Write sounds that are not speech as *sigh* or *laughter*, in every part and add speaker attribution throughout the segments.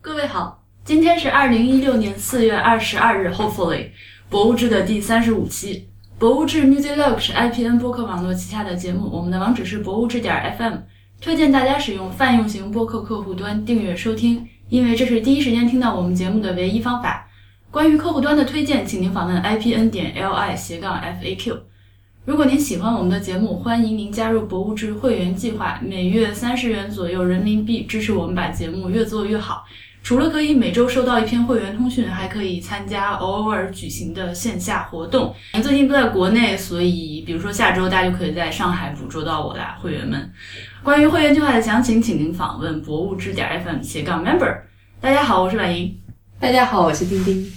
Speaker 1: 各位好，今天是二零一六年四月二十二日，Hopefully，博物志的第三十五期。博物志 Music Log 是 IPN 播客网络旗下的节目，我们的网址是博物志点 FM，推荐大家使用泛用型播客客户端订阅收听，因为这是第一时间听到我们节目的唯一方法。关于客户端的推荐，请您访问 IPN 点 LI 斜杠 FAQ。如果您喜欢我们的节目，欢迎您加入博物志会员计划，每月三十元左右人民币支持我们把节目越做越好。除了可以每周收到一篇会员通讯，还可以参加偶尔举行的线下活动。最近都在国内，所以比如说下周大家就可以在上海捕捉到我啦，会员们。关于会员计划的详情，请您访问博物志点 FM 斜杠 member。大家好，我是婉莹。
Speaker 2: 大家好，我是丁丁。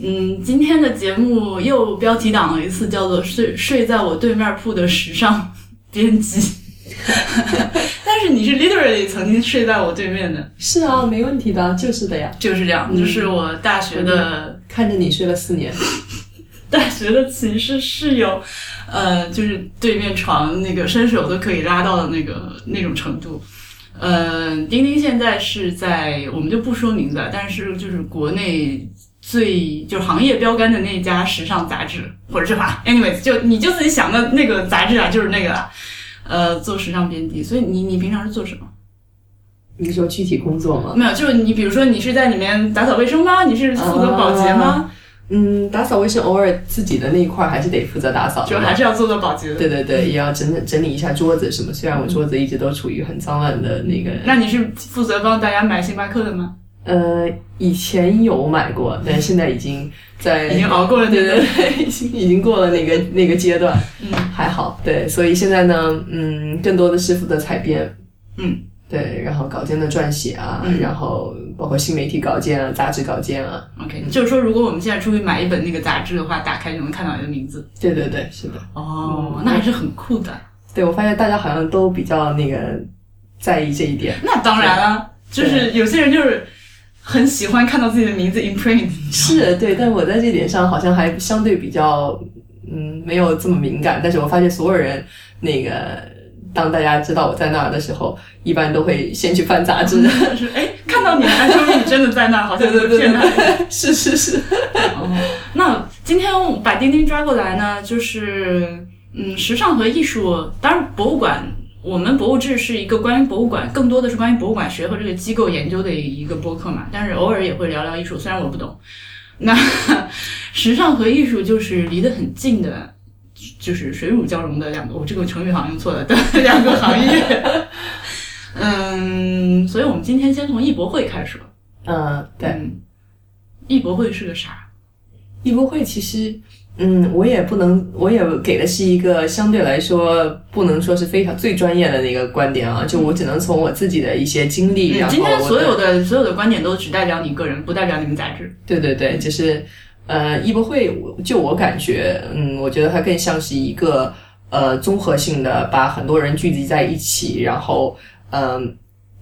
Speaker 1: 嗯，今天的节目又标题党了一次，叫做“睡睡在我对面铺的时尚编辑”。 *laughs* 但是你是 literally 曾经睡在我对面的，
Speaker 2: 是啊，没问题的，就是的呀。
Speaker 1: 就是这样，就是我大学的、
Speaker 2: 看着你睡了四年，
Speaker 1: 大学的寝室室友，呃，就是对面床那个伸手都可以拉到的那个那种程度。呃，丁丁现在是在，我们就不说名字了，但是就是国内最就是行业标杆的那家时尚杂志或者是吧，anyways，就你就自己想的那个杂志啊，就是那个啦。呃，做时尚编辑，所以你你平常是做什么？
Speaker 2: 你说具体工作吗？
Speaker 1: 没有，就是你比如说你是在里面打扫卫生吗？你是负责保洁吗？
Speaker 2: 嗯，打扫卫生，偶尔自己的那一块儿还是得负责打扫
Speaker 1: 就
Speaker 2: 的
Speaker 1: 还
Speaker 2: 嘛。
Speaker 1: 是要做做保洁的。
Speaker 2: 对对对，也要整整整理一下桌子什么。虽然我桌子一直都处于很脏乱的那个，
Speaker 1: 那你是负责帮大家买星巴克的吗？
Speaker 2: 呃，以前有买过，但现在已经在
Speaker 1: 已经熬过了
Speaker 2: 对
Speaker 1: 那个
Speaker 2: 对对，已经已经过了那个那个阶段，
Speaker 1: 嗯，
Speaker 2: 还好。对，所以现在呢，嗯，更多的是负责采编，
Speaker 1: 嗯，
Speaker 2: 对，然后稿件的撰写啊，
Speaker 1: 嗯
Speaker 2: 然后包括新媒体稿件啊、杂志稿件啊，
Speaker 1: OK，就是说，如果我们现在出去买一本那个杂志的话，打开就能看到你的名字。
Speaker 2: 对对对，是的。
Speaker 1: 哦，那还是很酷的。
Speaker 2: 对我发现大家好像都比较那个在意这一点，
Speaker 1: 那当然了，就是有些人就是很喜欢看到自己的名字 in print。 *laughs*
Speaker 2: 是对，但我在这点上好像还相对比较，嗯，没有这么敏感。但是我发现所有人那个，当大家知道我在那儿的时候，一般都会先去翻杂志。 *laughs*
Speaker 1: 就是哎，看到你了，哎说明你真的在那儿，好像不 *laughs* 是骗他。
Speaker 2: 是是是，
Speaker 1: 哦， *laughs* 那今天我把丁丁抓过来呢，就是嗯，时尚和艺术，当然博物馆，我们博物志是一个关于博物馆，更多的是关于博物馆学和这个机构研究的一个播客嘛，但是偶尔也会聊聊艺术，虽然我不懂。那时尚和艺术就是离得很近的，就是水乳交融的两个，我、这个成语好像用错了，但两个行业。嗯，所以我们今天先从艺博会开始吧。
Speaker 2: 嗯，对。
Speaker 1: 嗯，艺博会是个啥？
Speaker 2: 艺博会其实，嗯，我也不能，我也给的是一个相对来说不能说是非常最专业的那个观点啊，就我只能从我自己的一些经历，
Speaker 1: 嗯
Speaker 2: 然后
Speaker 1: 今天
Speaker 2: 我
Speaker 1: 所
Speaker 2: 的
Speaker 1: 有的所有的观点都只代表你个人，不代表你们杂志。
Speaker 2: 对对对，就是呃，艺博会，我就我感觉，嗯，我觉得它更像是一个呃综合性的，把很多人聚集在一起，然后嗯、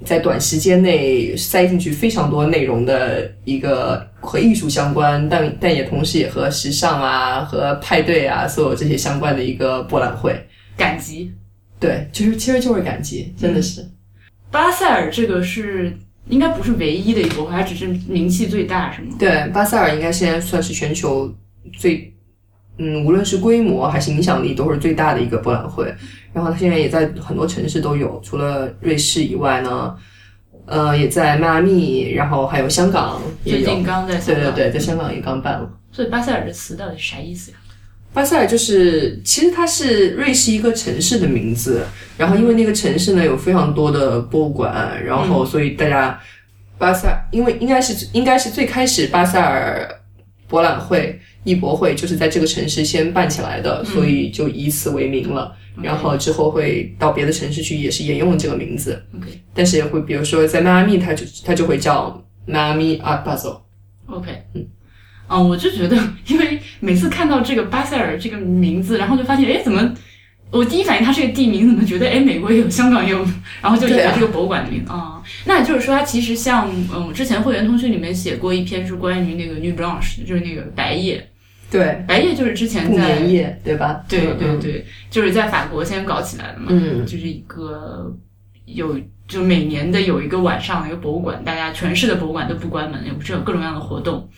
Speaker 2: 在短时间内塞进去非常多内容的一个和艺术相关，但但也同时也和时尚啊、和派对啊，所有这些相关的一个博览会。
Speaker 1: 赶集，
Speaker 2: 对，就是其实就是赶集，真的是。
Speaker 1: 巴塞尔这个是应该不是唯一的一波，它只是名气最大，是吗？
Speaker 2: 对，巴塞尔应该现在算是全球最，嗯，无论是规模还是影响力都是最大的一个博览会。然后它现在也在很多城市都有，除了瑞士以外呢，呃，也在迈阿密，然后还有香港也
Speaker 1: 最
Speaker 2: 有
Speaker 1: 近。刚在
Speaker 2: 对
Speaker 1: 香港，
Speaker 2: 对对，在香港也刚办了。
Speaker 1: 所以巴塞尔这词到底是啥意思呀？
Speaker 2: 巴塞尔就是，其实它是瑞士一个城市的名字，然后因为那个城市呢有非常多的博物馆，然后所以大家巴塞，因为应该是应该是最开始巴塞尔博览会、艺博会就是在这个城市先办起来的，所以就以此为名了。
Speaker 1: 嗯
Speaker 2: 然后之后会到别的城市去，也是沿用这个名字，
Speaker 1: 嗯 OK
Speaker 2: 但是也会比如说在迈阿密，它就它就会叫迈阿密 Art Basel。
Speaker 1: OK，嗯。啊、我就觉得，因为每次看到这个巴塞尔这个名字，然后就发现，哎，怎么我第一反应它是个地名，怎么觉得，哎，美国也有，香港也有，然后就以
Speaker 2: 对
Speaker 1: 为
Speaker 2: 啊
Speaker 1: 这个博物馆的名字啊、那也就是说，它其实像，嗯，我之前会员通讯里面写过一篇是关于那个 New Blanche，就是那个白夜，
Speaker 2: 对，
Speaker 1: 白夜就是之前
Speaker 2: 不
Speaker 1: 在
Speaker 2: 眠夜，对吧？
Speaker 1: 对
Speaker 2: 嗯
Speaker 1: 对，对，就是在法国先搞起来的嘛，
Speaker 2: 嗯，
Speaker 1: 就是一个有就每年的有一个晚上，一个博物馆，大家全市的博物馆都不关门，有这种各种各样的活动。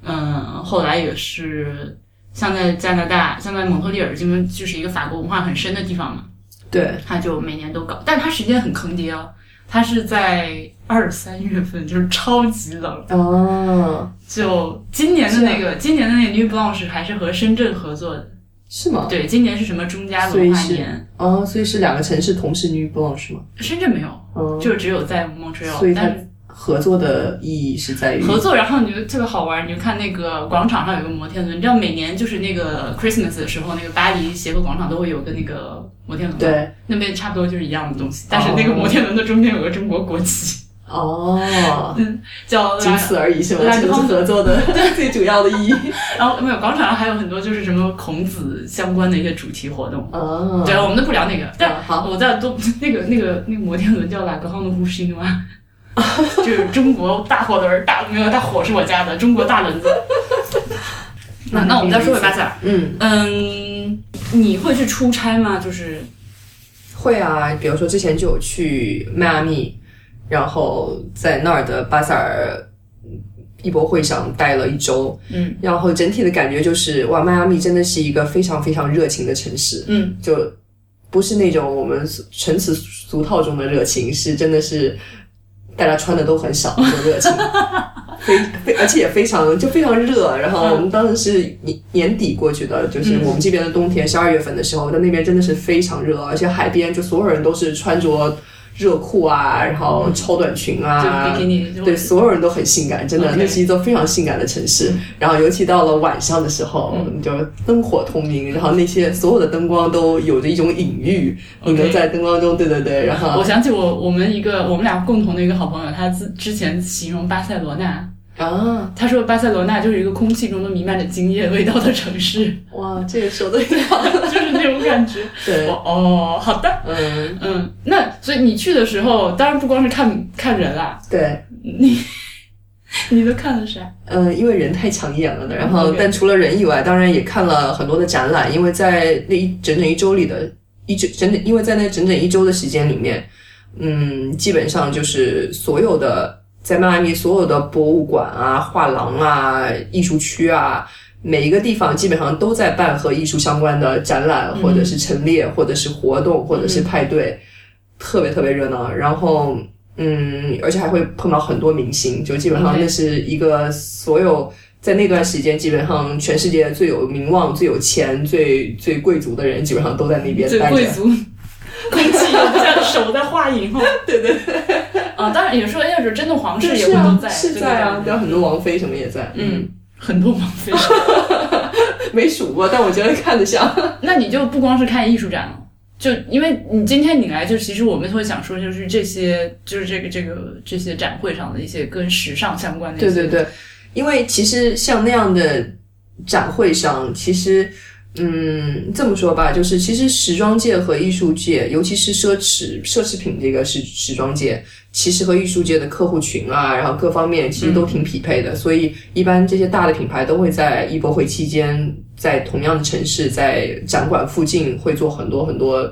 Speaker 1: 嗯，后来也是像在加拿大，像在蒙特利尔，这边就是一个法国文化很深的地方嘛，
Speaker 2: 对，
Speaker 1: 他就每年都搞，但他时间很坑爹哦，他是在二三月份，就是超级冷。
Speaker 2: 哦，
Speaker 1: 就今年的那个，
Speaker 2: 啊
Speaker 1: 今年的那个 New Blanche 还是和深圳合作的。
Speaker 2: 是吗？
Speaker 1: 对，今年是什么中加
Speaker 2: 所以
Speaker 1: 文化
Speaker 2: 是
Speaker 1: 年？
Speaker 2: 哦，所以是两个城市同时 New Blanc 是吗？
Speaker 1: 深圳没有，
Speaker 2: 嗯，
Speaker 1: 就只有在
Speaker 2: 所
Speaker 1: Montreal。
Speaker 2: 以它
Speaker 1: 但是
Speaker 2: 合作的意义是在于
Speaker 1: 合作，然后你就特别好玩，你就看那个广场上有个摩天轮，你知道每年就是那个 Christmas 的时候，那个巴黎协和广场都会有个那个摩天轮，，
Speaker 2: 对
Speaker 1: 那边差不多就是一样的东西，但是那个摩天轮的中间有个中国国旗，
Speaker 2: 哦，
Speaker 1: 叫拉
Speaker 2: 仅此而已是吗？
Speaker 1: 拉
Speaker 2: 这就是合作的 *laughs* 最主要的意义。
Speaker 1: 然后没有广场上还有很多就是什么孔子相关的一些主题活动。
Speaker 2: 哦，
Speaker 1: 对，我们都不聊那个，但哦
Speaker 2: 啊好，
Speaker 1: 我在都那个那个那个摩天轮叫哪个号的呼吸吗？就是中国大火轮，大没有大火是我家的中国大轮子。那那我们再说回巴塞尔，
Speaker 2: 嗯，
Speaker 1: 嗯，你会去出差吗？就是
Speaker 2: 会啊，比如说之前就有去迈阿密，然后在那儿的巴塞尔艺博会上待了一周，
Speaker 1: 嗯，
Speaker 2: 然后整体的感觉就是，哇，迈阿密真的是一个非常非常热情的城市，
Speaker 1: 嗯，
Speaker 2: 就不是那种我们陈词俗套中的热情，是真的是大家穿的都很少的热情。非非，而且也非常就非常热，然后我们当时是年年底过去的，
Speaker 1: 嗯
Speaker 2: 就是我们这边的冬天十二月份的时候，在那边真的是非常热，而且海边就所有人都是穿着热裤啊，然后超短裙啊
Speaker 1: 嗯就，比基尼，就
Speaker 2: 对，所有人都很性感，真的
Speaker 1: OK
Speaker 2: 那是一座非常性感的城市。然后尤其到了晚上的时候，你就灯火通明，然后那些所有的灯光都有着一种隐喻，你
Speaker 1: OK
Speaker 2: 能在灯光中，对对对，然后
Speaker 1: 我想起我我们一个我们俩共同的一个好朋友，他之之前形容巴塞罗那，
Speaker 2: 啊，
Speaker 1: 他说巴塞罗那就是一个空气中都弥漫着精液味道的城市， *laughs*
Speaker 2: 哇，这个说的挺好，
Speaker 1: 就是那种感觉。
Speaker 2: *laughs* 对 *laughs*
Speaker 1: 我，哦，好的，
Speaker 2: 嗯，
Speaker 1: 嗯，那所以你去的时候，当然不光是看看人啦，
Speaker 2: 对。
Speaker 1: 你你都看了啥？
Speaker 2: 呃，因为人太抢眼了的，然后
Speaker 1: 嗯 OK
Speaker 2: 但除了人以外，当然也看了很多的展览，因为在那一整整一周里的一整整整，因为在那整整一周的时间里面，嗯，基本上就是所有的在迈阿密所有的博物馆啊、画廊啊、艺术区啊，每一个地方基本上都在办和艺术相关的展览，
Speaker 1: 嗯
Speaker 2: 或者是陈列，或者是活动，或者是派对，特别特别热闹。然后，嗯，而且还会碰到很多明星，就基本上
Speaker 1: OK
Speaker 2: 那是一个所有在那段时间，基本上全世界最有名望、最有钱、最最贵族的人，基本上都在那边
Speaker 1: 最
Speaker 2: 待
Speaker 1: 贵
Speaker 2: 着。 *laughs*
Speaker 1: 族，空气又不像手在画影后。对对对。啊，哦当然也说，要是真的皇室也
Speaker 2: 是
Speaker 1: 会都
Speaker 2: 啊，
Speaker 1: 在，
Speaker 2: 是
Speaker 1: 对
Speaker 2: 在啊，
Speaker 1: 对
Speaker 2: 然
Speaker 1: 对
Speaker 2: 后很多王妃什么也在，
Speaker 1: 嗯，很多王妃。
Speaker 2: *laughs* 没数过，但我觉得看得像。
Speaker 1: 那你就不光是看艺术展了。就因为你今天你来，就其实我们会想说，就是这些，就是这个这个这些展会上的一些跟时尚相关的一
Speaker 2: 对
Speaker 1: 些，
Speaker 2: 对对，因为其实像那样的展会上，其实嗯，这么说吧，就是其实时装界和艺术界，尤其是奢侈奢侈品这个时时装界，其实和艺术界的客户群啊，然后各方面其实都挺匹配的，所以一般这些大的品牌都会在艺博会期间，在同样的城市，在展馆附近会做很多很多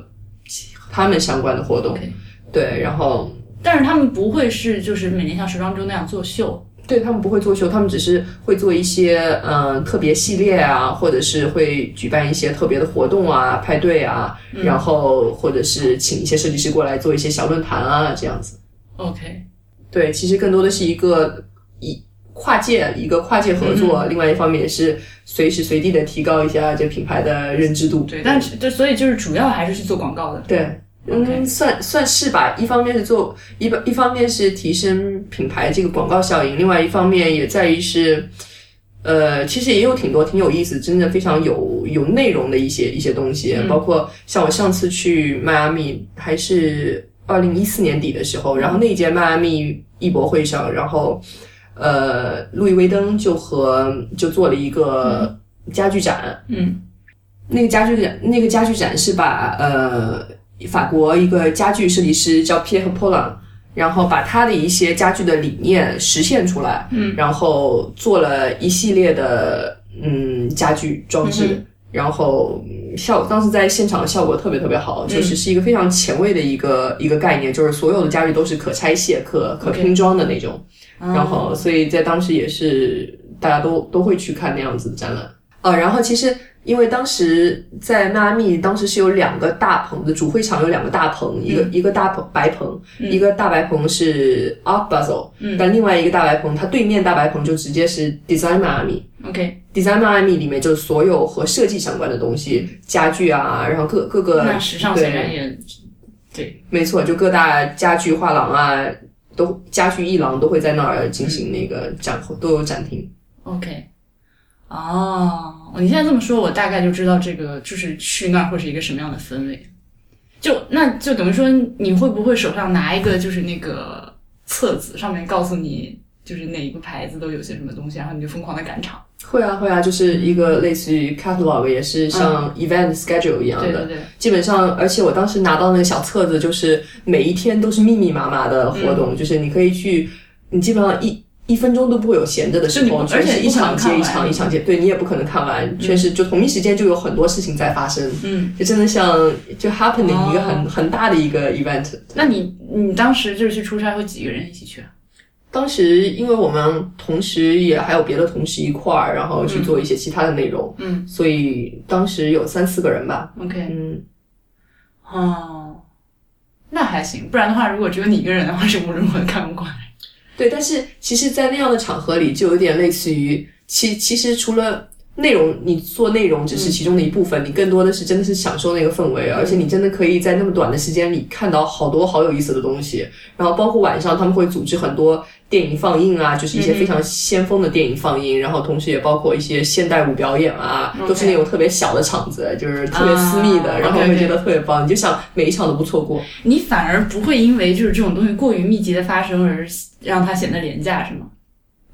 Speaker 2: 他们相关的活动
Speaker 1: OK。
Speaker 2: 对，然后
Speaker 1: 但是他们不会是就是每年像时装周那样作秀，
Speaker 2: 对他们不会做秀，他们只是会做一些嗯、呃特别系列啊，或者是会举办一些特别的活动啊、派对啊，
Speaker 1: 嗯
Speaker 2: 然后或者是请一些设计师过来做一些小论坛啊这样子。
Speaker 1: OK，
Speaker 2: 对，其实更多的是一个一跨界一个跨界合作，
Speaker 1: 嗯
Speaker 2: 另外一方面也是随时随地的提高一下这品牌的认知度。
Speaker 1: 对，但是就所以就是主要还是去做广告的，
Speaker 2: 对。
Speaker 1: OK
Speaker 2: 嗯，算算是吧。一方面是做一一方面是提升品牌这个广告效应，另外一方面也在于是，呃，其实也有挺多挺有意思，真的非常有有内容的一些一些东西，
Speaker 1: 嗯
Speaker 2: 包括像我上次去迈阿密还是二零一四年底的时
Speaker 1: 嗯
Speaker 2: 候，然后那一届迈阿密艺博会上，然后呃，路易威登就和就做了一个家具展，
Speaker 1: 嗯
Speaker 2: 那个家具展，那个家具展是把呃法国一个家具设计师叫 Pierre Polin，然后把他的一些家具的理念实现出来，
Speaker 1: 嗯，
Speaker 2: 然后做了一系列的嗯家具装置。
Speaker 1: 嗯
Speaker 2: 然后嗯效当时在现场的效果特别特别
Speaker 1: 嗯
Speaker 2: 好，就是是一个非常前卫的一个一个概念，就是所有的家具都是可拆卸、可可
Speaker 1: OK
Speaker 2: 拼装的那种。然后，
Speaker 1: 嗯
Speaker 2: 所以在当时也是大家都都会去看那样子的展览。呃，然后其实因为当时在迈阿密，当时是有两个大棚的，主会场有两个大棚，一个一个大棚白棚，
Speaker 1: 嗯
Speaker 2: 一个大白棚是 Art Basel，、
Speaker 1: 嗯
Speaker 2: 但另外一个大白棚，它对面大白棚就直接是 Design Miami。
Speaker 1: 嗯 OK，
Speaker 2: Design Miami 里面就是所有和设计相关的东西，家具啊，然后各各个
Speaker 1: 那时尚
Speaker 2: 对
Speaker 1: 显然也
Speaker 2: 没错，就各大家具画廊啊，都家具艺廊都会在那儿进行那个展，都有展厅。
Speaker 1: OK。哦，你现在这么说，我大概就知道这个就是去那儿会是一个什么样的氛围。就那就等于说，你会不会手上拿一个就是那个册子，上面告诉你就是哪一个牌子都有些什么东西，然后你就疯狂的赶场。
Speaker 2: 会啊会啊，就是一个类似于 catalog，也是像 event schedule 一样
Speaker 1: 嗯对
Speaker 2: 的。
Speaker 1: 对对，
Speaker 2: 基本上，而且我当时拿到那个小册子，就是每一天都是密密麻麻的活
Speaker 1: 嗯
Speaker 2: 动，就是你可以去，你基本上一。一分钟都不会有闲着的时
Speaker 1: 就你
Speaker 2: 候，
Speaker 1: 不
Speaker 2: 全
Speaker 1: 而且
Speaker 2: 是一
Speaker 1: 不可能
Speaker 2: 场接
Speaker 1: 看
Speaker 2: 一
Speaker 1: 完
Speaker 2: 场，一场接，对你也不可能看完，确实就同一时间就有很多事情在发生，
Speaker 1: 嗯，
Speaker 2: 就真的像就 happening
Speaker 1: 哦
Speaker 2: 一个很、很大的一个 event。
Speaker 1: 那你你当时就是去出差，会几个人一起去啊？
Speaker 2: 当时因为我们同时也还有别的同事一块儿，然后去做一些其他的内容，
Speaker 1: 嗯
Speaker 2: 所以当时有三四个人吧，
Speaker 1: ，OK，
Speaker 2: 嗯，
Speaker 1: 哦，那还行，不然的话，如果只有你一个人的话，是无论如何看不过来。
Speaker 2: 对。但是其实，在那样的场合里，就有点类似于，其其实除了内容，你做内容只是其中的一部
Speaker 1: 嗯
Speaker 2: 分，你更多的是真的是享受那个氛围，而且你真的可以在那么短的时间里看到好多好有意思的东西。然后包括晚上他们会组织很多电影放映啊，就是一
Speaker 1: 嗯
Speaker 2: 些非常先锋的电影放映，然后同时也包括一些现代舞表演啊，
Speaker 1: OK
Speaker 2: 都是那种特别小的场子，就是特别私密的，
Speaker 1: 啊
Speaker 2: 然后
Speaker 1: OK，OK
Speaker 2: 会觉得特别棒，你就想每一场都不错过。
Speaker 1: 你反而不会因为就是这种东西过于密集的发生而让它显得廉价，是吗？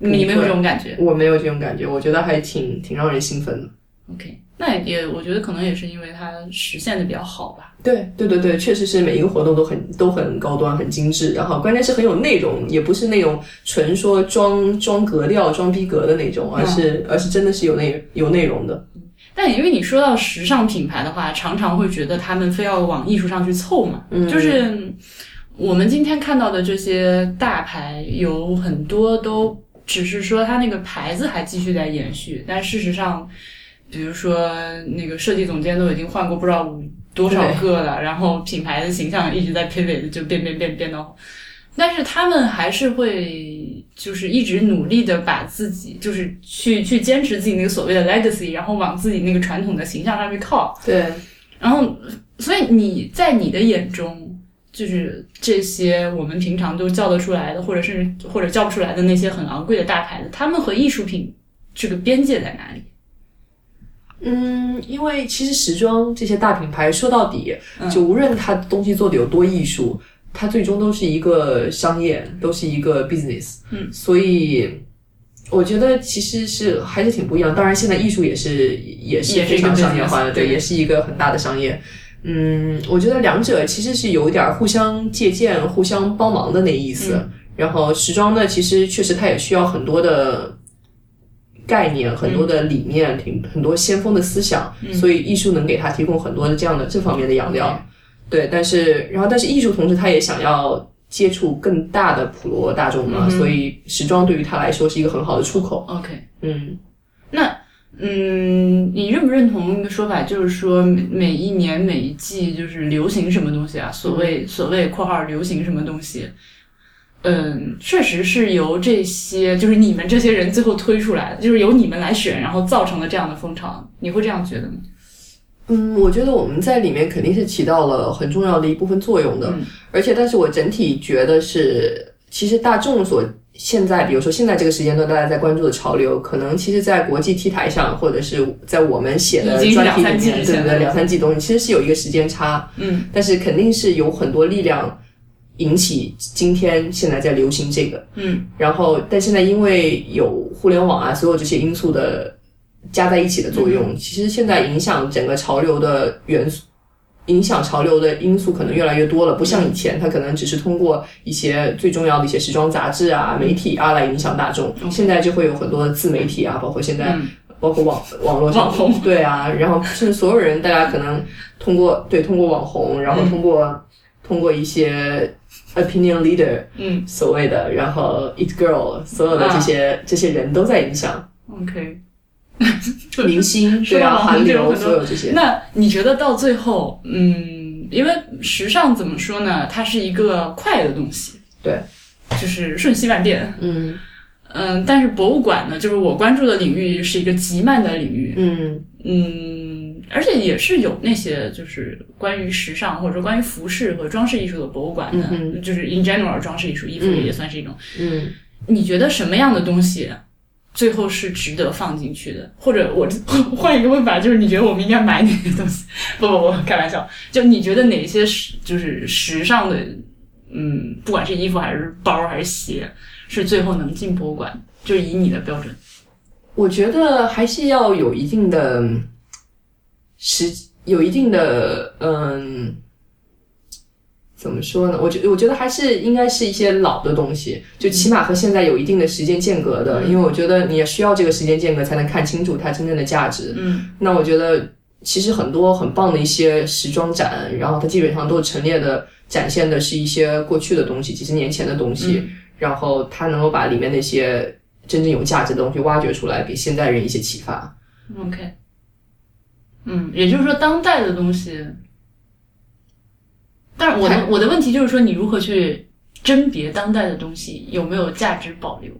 Speaker 1: 你没有这种感觉
Speaker 2: 我没有这种感觉，我觉得还挺挺让人兴奋的。
Speaker 1: ？OK，那也我觉得可能也是因为它实现的比较好吧。
Speaker 2: 对对对对，确实是每一个活动都很都很高端、很精致，然后关键是很有内容，也不是那种纯说装装格调、装逼格的那种，而是、而是真的是有内有内容的。
Speaker 1: 但因为你说到时尚品牌的话，常常会觉得他们非要往艺术上去凑嘛，
Speaker 2: 嗯
Speaker 1: 就是我们今天看到的这些大牌，有很多都只是说它那个牌子还继续在延续，但事实上，比如说那个设计总监都已经换过不知道五多少个了，然后品牌的形象一直在 pivot，就变变变变到，但是他们还是会就是一直努力的把自己就是去去坚持自己那个所谓的 legacy，然后往自己那个传统的形象上去靠。
Speaker 2: 对，
Speaker 1: 然后，所以你在你的眼中，就是这些我们平常都叫得出来的，或者甚至或者叫不出来的那些很昂贵的大牌子，他们和艺术品这个边界在哪里？
Speaker 2: 嗯，因为其实时装这些大品牌说到底，就无论它东西做的有多艺术，它最终都是一个商业，都是一个 business。
Speaker 1: 嗯，
Speaker 2: 所以我觉得其实是还是挺不一样。当然，现在艺术也是也是
Speaker 1: 也是
Speaker 2: 非
Speaker 1: 一个
Speaker 2: 常商业
Speaker 1: business，
Speaker 2: 化的，对，
Speaker 1: 对
Speaker 2: 嗯也是一个很大的商业。嗯，我觉得两者其实是有一点儿互相借鉴、互相帮忙的那意思。然后时装呢，其实确实它也需要很多的概念、很多的理念、挺很多先锋的思想，所以艺术能给它提供很多的这样的这方面的养料。对，但是然后但是艺术同时它也想要接触更大的普罗大众嘛，所以时装对于它来说是一个很好的出口。
Speaker 1: OK，
Speaker 2: 嗯，
Speaker 1: 嗯，你认不认同一个说法，就是说每每一年每一季就是流行什么东西啊？
Speaker 2: 嗯
Speaker 1: 所谓所谓（括号）流行什么东西？嗯，确实是由这些就是你们这些人最后推出来的，就是由你们来选，然后造成了这样的风潮。你会这样觉得吗？
Speaker 2: 嗯，我觉得我们在里面肯定是起到了很重要的一部分作用的，
Speaker 1: 嗯
Speaker 2: 而且，但是我整体觉得是，其实大众所现在，比如说现在这个时间段，大家在关注的潮流，可能其实，在国际 T 台上，或者是在我们写的
Speaker 1: 已经
Speaker 2: 专
Speaker 1: 两
Speaker 2: 题
Speaker 1: 三
Speaker 2: 里
Speaker 1: 季
Speaker 2: 面，
Speaker 1: 以
Speaker 2: 对
Speaker 1: 前
Speaker 2: 不对？
Speaker 1: 了
Speaker 2: 两三季东西，其实是有一个时间差，
Speaker 1: 嗯
Speaker 2: 但是肯定是有很多力量引起今天现在在流行这个。
Speaker 1: 嗯
Speaker 2: 然后，但现在因为有互联网啊，所有这些因素的加在一起的作用，其实现在影响整个潮流的元素，影响潮流的因素可能越来越多了。不像以前，它可能只是通过一些最重要的一些时装杂志啊、媒体啊来影响大众，现在就会有很多的自媒体啊，包括现在
Speaker 1: 嗯
Speaker 2: 包括网网络上
Speaker 1: 网红
Speaker 2: 对啊，然后甚至所有人，大家可能通过对通过网红，然后通过、通过一些 opinion leader
Speaker 1: 嗯
Speaker 2: 所谓的，然后 it girl 所有的这些、这些人都在影响
Speaker 1: ，OK。
Speaker 2: 明星，
Speaker 1: 说
Speaker 2: 对啊，
Speaker 1: 到网
Speaker 2: 韩
Speaker 1: 红就有
Speaker 2: 流
Speaker 1: 很多
Speaker 2: 所有这些，
Speaker 1: 那你觉得到最后，嗯，因为时尚怎么说呢，它是一个快的东西，
Speaker 2: 对，
Speaker 1: 就是瞬息万变。
Speaker 2: 嗯
Speaker 1: 嗯，但是博物馆呢，就是我关注的领域是一个极慢的领域，
Speaker 2: 嗯
Speaker 1: 嗯，而且也是有那些就是关于时尚或者说关于服饰和装饰艺术的博物馆的，
Speaker 2: 嗯
Speaker 1: 就是 in general 装饰艺术，衣服
Speaker 2: 嗯
Speaker 1: 也算是一种。
Speaker 2: 嗯，
Speaker 1: 你觉得什么样的东西最后是值得放进去的？或者我 *laughs* 换一个问法，就是你觉得我们应该买哪些东西？ *laughs* 不不不，开玩笑，就你觉得哪些时就是时尚的，嗯，不管是衣服还是包还是鞋，是最后能进博物馆？就以你的标准，
Speaker 2: 我觉得还是要有一定的嗯时，有一定的嗯，怎么说呢？我觉我觉得还是应该是一些老的东西，就起码和现在有一定的时间间隔的，
Speaker 1: 嗯
Speaker 2: 因为我觉得你也需要这个时间间隔才能看清楚它真正的价值。
Speaker 1: 嗯
Speaker 2: 那我觉得其实很多很棒的一些时装展，然后它基本上都陈列的展现的是一些过去的东西，几十年前的东西。
Speaker 1: 嗯
Speaker 2: 然后它能够把里面那些真正有价值的东西挖掘出来，给现代人一些启发。
Speaker 1: ，OK，嗯，也就是说当代的东西，但是我的
Speaker 2: 太
Speaker 1: 我的问题就是说，你如何去甄别当代的东西有没有价值保留？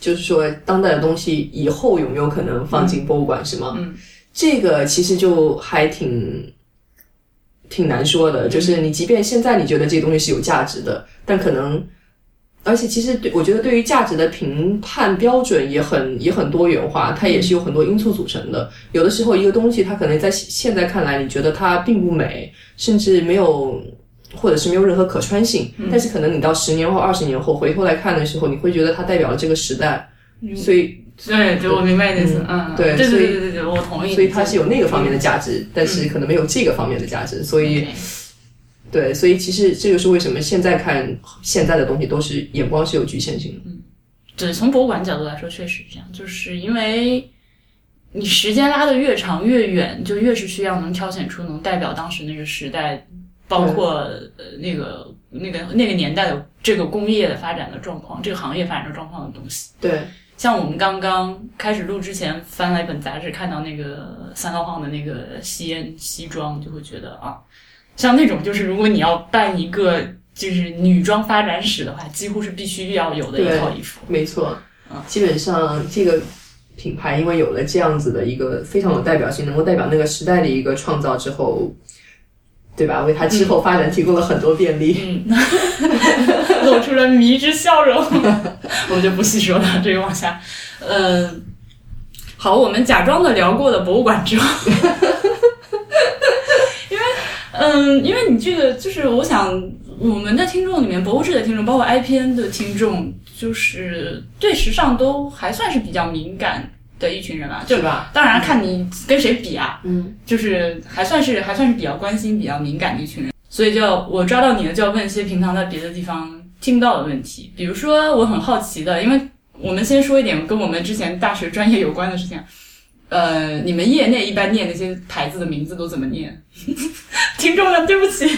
Speaker 2: 就是说，当代的东西以后有没有可能放进博物馆，是吗？
Speaker 1: 嗯，
Speaker 2: 这个其实就还挺挺难说的。就是你即便现在你觉得这个东西是有价值的，但可能，而且其实对我觉得对于价值的评判标准也很也很多元化，它也是有很多因素组成的。有的时候一个东西它可能在现在看来你觉得它并不美，甚至没有。或者是没有任何可穿性，
Speaker 1: 嗯
Speaker 2: 但是可能你到十年后、二十年后回头来看的时候，你会觉得它代表了这个时代，
Speaker 1: 嗯
Speaker 2: 所以
Speaker 1: 对，就我明白你的意思，嗯，
Speaker 2: 对
Speaker 1: 对
Speaker 2: 所以
Speaker 1: 对对对对，我同意你，
Speaker 2: 所以它是有那个方面的价值，但是
Speaker 1: 嗯
Speaker 2: 可能没有这个方面的价值，所以
Speaker 1: OK，
Speaker 2: 对，所以其实这就是为什么现在看现在的东西都是眼光是有局限性的，
Speaker 1: 对，从博物馆角度来说，确实是这样，就是因为你时间拉得越长越远，就越是需要能挑选出能代表当时那个时代，包括呃那个那个那个年代的这个工业的发展的状况，这个行业发展的状况的东西。
Speaker 2: 对，
Speaker 1: 像我们刚刚开始录之前翻来一本杂志，看到那个三道晃的那个吸烟西装，就会觉得啊，像那种就是如果你要办一个就是女装发展史的话，几乎是必须要有的一套衣服。
Speaker 2: 没错
Speaker 1: 嗯，
Speaker 2: 基本上这个品牌因为有了这样子的一个非常有代表性，能够代表那个时代的一个创造之后，对吧？为它之后发展提供了很多便利。
Speaker 1: 嗯， *laughs* 露出了迷之笑容。 *laughs* 我们就不细说了，这个往下，呃，好，我们假装的聊过的博物馆之后， *laughs* 因为，嗯，因为你这个就是，我想我们的听众里面，博物志的听众，包括 IPN 的听众，就是对时尚都还算是比较敏感的一群人吧，就是
Speaker 2: 吧？
Speaker 1: 当然看你跟谁比啊，
Speaker 2: 嗯，
Speaker 1: 就是还算是还算是比较关心、比较敏感的一群人，所以就要我抓到你了，就要问一些平常在别的地方听不到的问题，比如说我很好奇的，因为我们先说一点跟我们之前大学专业有关的事情啊，呃，你们业内一般念那些牌子的名字都怎么念？听众们，对不起，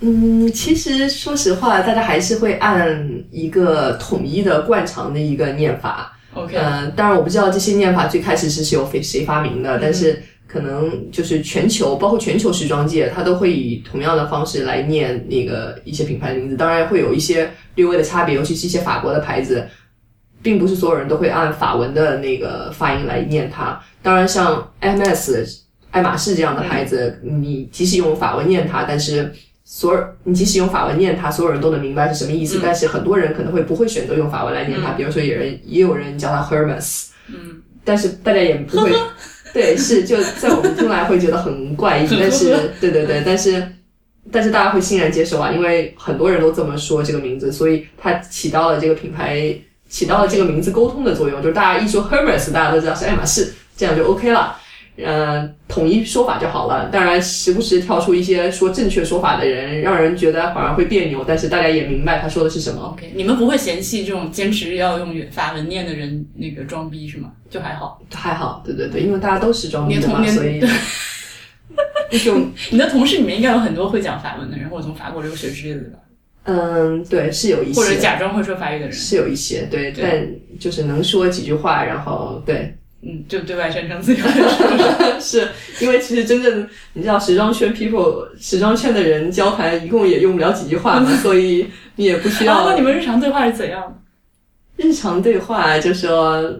Speaker 2: 嗯，其实说实话，大家还是会按一个统一的惯常的一个念法。
Speaker 1: OK，
Speaker 2: 嗯，当然我不知道这些念法最开始是是由谁谁发明的，但是可能就是全球，包括全球时装界，它都会以同样的方式来念那个一些品牌的名字，当然会有一些略微的差别，尤其是一些法国的牌子，并不是所有人都会按法文的那个发音来念它。当然，像 MS 爱马仕这样的牌子，
Speaker 1: 嗯
Speaker 2: 你即使用法文念它，但是。所有你即使用法文念它，所有人都能明白是什么意思，
Speaker 1: 嗯
Speaker 2: 但是很多人可能会不会选择用法文来念它，
Speaker 1: 嗯
Speaker 2: 比如说有人也有人叫它 Hermes，
Speaker 1: 嗯，
Speaker 2: 但是大家也
Speaker 1: *laughs*
Speaker 2: 不会，对，是就在我们听来会觉得很怪
Speaker 1: *laughs* ，
Speaker 2: 异
Speaker 1: 很
Speaker 2: 但是
Speaker 1: 呵呵
Speaker 2: 对对对，但是但是大家会欣然接受啊，因为很多人都这么说这个名字，所以它起到了这个品牌起到了这个名字沟通的作用，就是大家一说 Hermes，大家都知道是爱马仕，这样就 OK 了。呃，统一说法就好了。当然，时不时跳出一些说正确说法的人，让人觉得反而会别扭，但是大家也明白他说的是什么。
Speaker 1: OK，你们不会嫌弃这种坚持要用法文念的人那个装逼是吗？就还好，
Speaker 2: 还好，对对对，因为大家都是装逼的
Speaker 1: 你的童
Speaker 2: 嘛，
Speaker 1: 年
Speaker 2: 所以
Speaker 1: *laughs*
Speaker 2: *laughs* 一种
Speaker 1: 你的同事里面应该有很多会讲法文的人，或者从法国留学之类的吧，
Speaker 2: 嗯，对，是有一
Speaker 1: 或者
Speaker 2: 些，
Speaker 1: 假装会说法语的人，
Speaker 2: 是有一些，对，
Speaker 1: 对
Speaker 2: 但就是能说几句话，然后对， *laughs*
Speaker 1: 嗯，就对外宣称自己会说。
Speaker 2: 是因为其实真正你知道时装圈 people 时装圈的人交谈，一共也用不了几句话嘛，
Speaker 1: *laughs*
Speaker 2: 所以你也不
Speaker 1: *laughs*
Speaker 2: 需
Speaker 1: 然后
Speaker 2: 要
Speaker 1: 你们日常对话是怎样的？
Speaker 2: 日常对话，就说。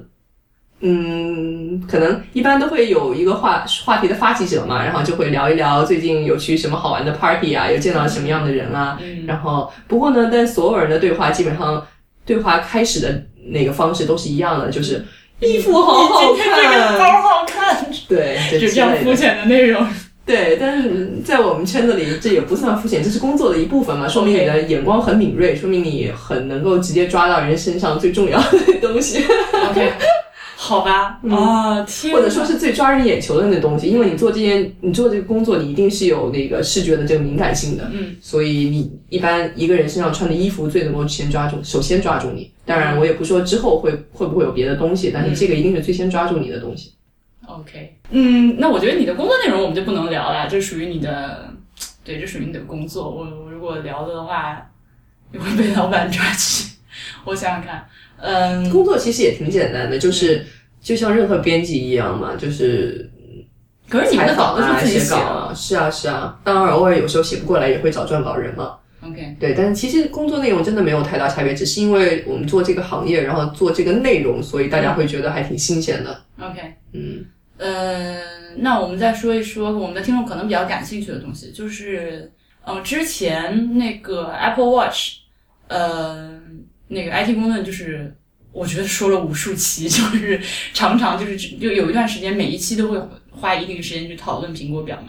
Speaker 2: 嗯，可能一般都会有一个话话题的发起者嘛，然后就会聊一聊最近有去什么好玩的 party 啊，有见到什么样的人啊，
Speaker 1: 嗯，
Speaker 2: 然后，不过呢，但所有人的对话基本上对话开始的那个方式都是一样的，
Speaker 1: 嗯
Speaker 2: 就是衣服好好
Speaker 1: 你今天这个
Speaker 2: 看，
Speaker 1: 包好 *laughs* 看，
Speaker 2: 对，就
Speaker 1: 就
Speaker 2: 之
Speaker 1: 这样
Speaker 2: 类
Speaker 1: 肤
Speaker 2: 的。
Speaker 1: 浅的内容。
Speaker 2: 对，但是在我们圈子里，这也不算肤浅，这是工作的一部分嘛，说明你的眼光很敏锐，说明你很能够直接抓到人身上最重要的东西，
Speaker 1: OK，好 *laughs* 吧，啊，天哪，
Speaker 2: 嗯或者说是最抓人眼球的那东西。因为你做这件，你做这个工作，你一定是有那个视觉的这个敏感性的，
Speaker 1: 嗯，
Speaker 2: 所以你一般一个人身上穿的衣服最能够先抓住，首先抓住你。当然，我也不说之后会会不会有别的东西，但是这
Speaker 1: 嗯
Speaker 2: 个一定是最先抓住你的东西。
Speaker 1: OK，嗯，那我觉得你的工作内容我们就不能聊了，这属于你的，对，这属于你的工作。我我如果聊的话，也会被老板抓去。 *laughs* 我想想看，嗯，
Speaker 2: 工作其实也挺简单的，就是就像任何编辑一样嘛，就是
Speaker 1: 可是你们
Speaker 2: 采
Speaker 1: 的
Speaker 2: 访
Speaker 1: 稿子
Speaker 2: 啊、
Speaker 1: 是自己
Speaker 2: 写
Speaker 1: 写
Speaker 2: 稿
Speaker 1: 的。
Speaker 2: 啊，是啊是啊。当然，偶尔有时候写不过来也会找撰稿人嘛。
Speaker 1: OK，
Speaker 2: 对，但是其实工作内容真的没有太大差别，只是因为我们做这个行业，然后做这个内容，所以大家会觉得还挺新鲜的。
Speaker 1: OK，
Speaker 2: 嗯，
Speaker 1: 呃，那我们再说一说我们的听众可能比较感兴趣的东西，就是，呃，之前那个 Apple Watch，呃，那个 IT 公论就是。我觉得说了无数期，就是常常就是就有一段时间，每一期都会花一定时间去讨论苹果表嘛。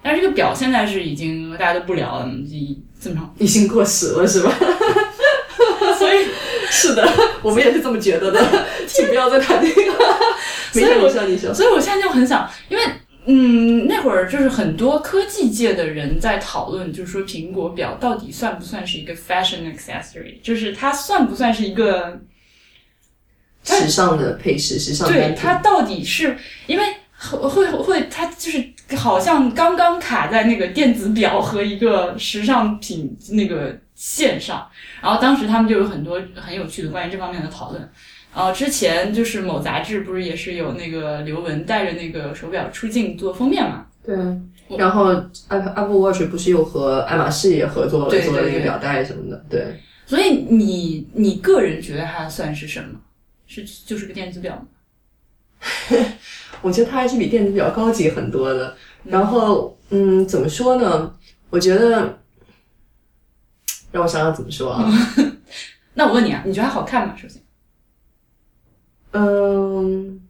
Speaker 1: 但是这个表现在是已经大家都不聊了，已这么长，
Speaker 2: 已经过时了是吧？
Speaker 1: *laughs* 所以
Speaker 2: 是的， *laughs* 我们也是这么觉
Speaker 1: *laughs*
Speaker 2: 得的，请不要再谈这个。
Speaker 1: 所
Speaker 2: 没事，
Speaker 1: 以我
Speaker 2: 你说，你说。
Speaker 1: 所以我现在就很想，因为嗯，那会儿就是很多科技界的人在讨论，就是说苹果表到底算不算是一个 fashion accessory，就是它算不算是一个，
Speaker 2: 时尚的配饰，时尚
Speaker 1: 对
Speaker 2: 单品
Speaker 1: 它，到底是因为会会会它就是好像刚刚卡在那个电子表和一个时尚品那个线上，然后当时他们就有很多很有趣的关于这方面的讨论。呃，之前就是某杂志不是也是有那个刘雯带着那个手表出镜做封面嘛？
Speaker 2: 对。然后 Apple Apple Watch 不是又和爱马仕也合作了，
Speaker 1: 对对
Speaker 2: 做了那
Speaker 1: 对
Speaker 2: 个表带什么的，对。
Speaker 1: 所以你你个人觉得它算是什么？是就是个电子表吗？
Speaker 2: 我觉得它还是比电子表高级很多的。然后，嗯，怎么说呢？我觉得，让我想想怎么说啊。
Speaker 1: 那我问你啊，你觉得它好看吗？首先，
Speaker 2: 嗯，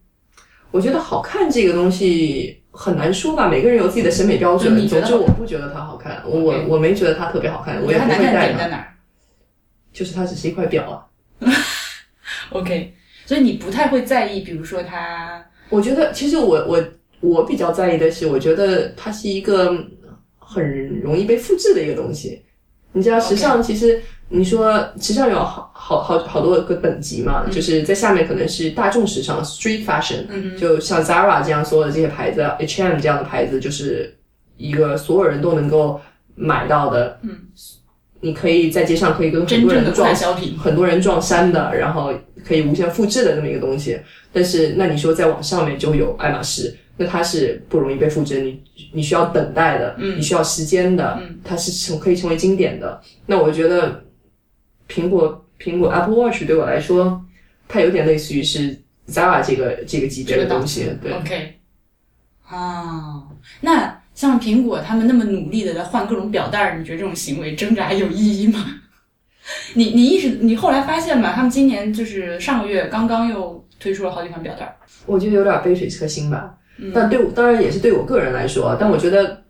Speaker 2: 我觉得好看这个东西很难说吧，每个人有自己的审美标
Speaker 1: 就嗯
Speaker 2: 准。
Speaker 1: 你觉
Speaker 2: 总
Speaker 1: 得
Speaker 2: 之，我不觉得它好看，我我
Speaker 1: OK
Speaker 2: 我没觉得它特别好看，我
Speaker 1: 觉
Speaker 2: 也
Speaker 1: 得它
Speaker 2: 不
Speaker 1: 难
Speaker 2: 会
Speaker 1: 看的
Speaker 2: 戴
Speaker 1: 点在
Speaker 2: 它。
Speaker 1: 哪儿
Speaker 2: 就是它只是一块表啊。
Speaker 1: ？OK，所以你不太会在意，比如说它
Speaker 2: 我觉得，其实我我我比较在意的是，我觉得它是一个很容易被复制的一个东西。你知道，时尚其实你说时尚有好好好好多个等级嘛，
Speaker 1: 嗯
Speaker 2: 就是在下面可能是大众时尚 （street fashion），、就像 Zara 这样所有的这些牌子，H&M 这样的牌子，就是一个所有人都能够买到的。嗯，你可以在街上可以跟很
Speaker 1: 真
Speaker 2: 多
Speaker 1: 正
Speaker 2: 人
Speaker 1: 的
Speaker 2: 撞
Speaker 1: 快消品，
Speaker 2: 很多人撞衫的，然后可以无限复制的这么一个东西。但是那你说再往上面就有爱马仕，那它是不容易被复制，你你需要等待的，你需要时间的，它是成可以成为经典的。那我觉得苹果苹果 Apple Watch 对我来说，它有点类似于是 Zara 这个这个级别的东西，对。
Speaker 1: OK，啊，那像苹果他们那么努力的在换各种表带儿，你觉得这种行为挣扎有意义吗？ *laughs* 你你一直你后来发现吗？他们今年就是上个月刚刚又推出了好几款表带儿。
Speaker 2: 我觉得有点杯水车薪吧。但对我当然也是对我个人来说，啊但我觉得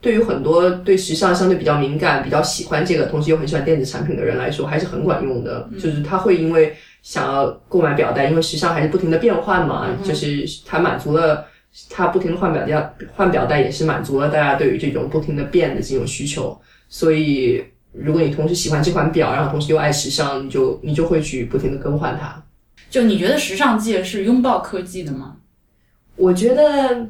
Speaker 2: 对于很多对时尚相对比较敏感、比较喜欢这个，同时又很喜欢电子产品的人来说，还是很管用的。就是他会因为想要购买表带，因为时尚还是不停的变换嘛，就是它满足了它不停的换表带，换表带也是满足了大家对于这种不停的变的这种需求。所以，如果你同时喜欢这款表，然后同时又爱时尚，你就你就会去不停的更换它。
Speaker 1: 就你觉得时尚界是拥抱科技的吗？
Speaker 2: 我觉得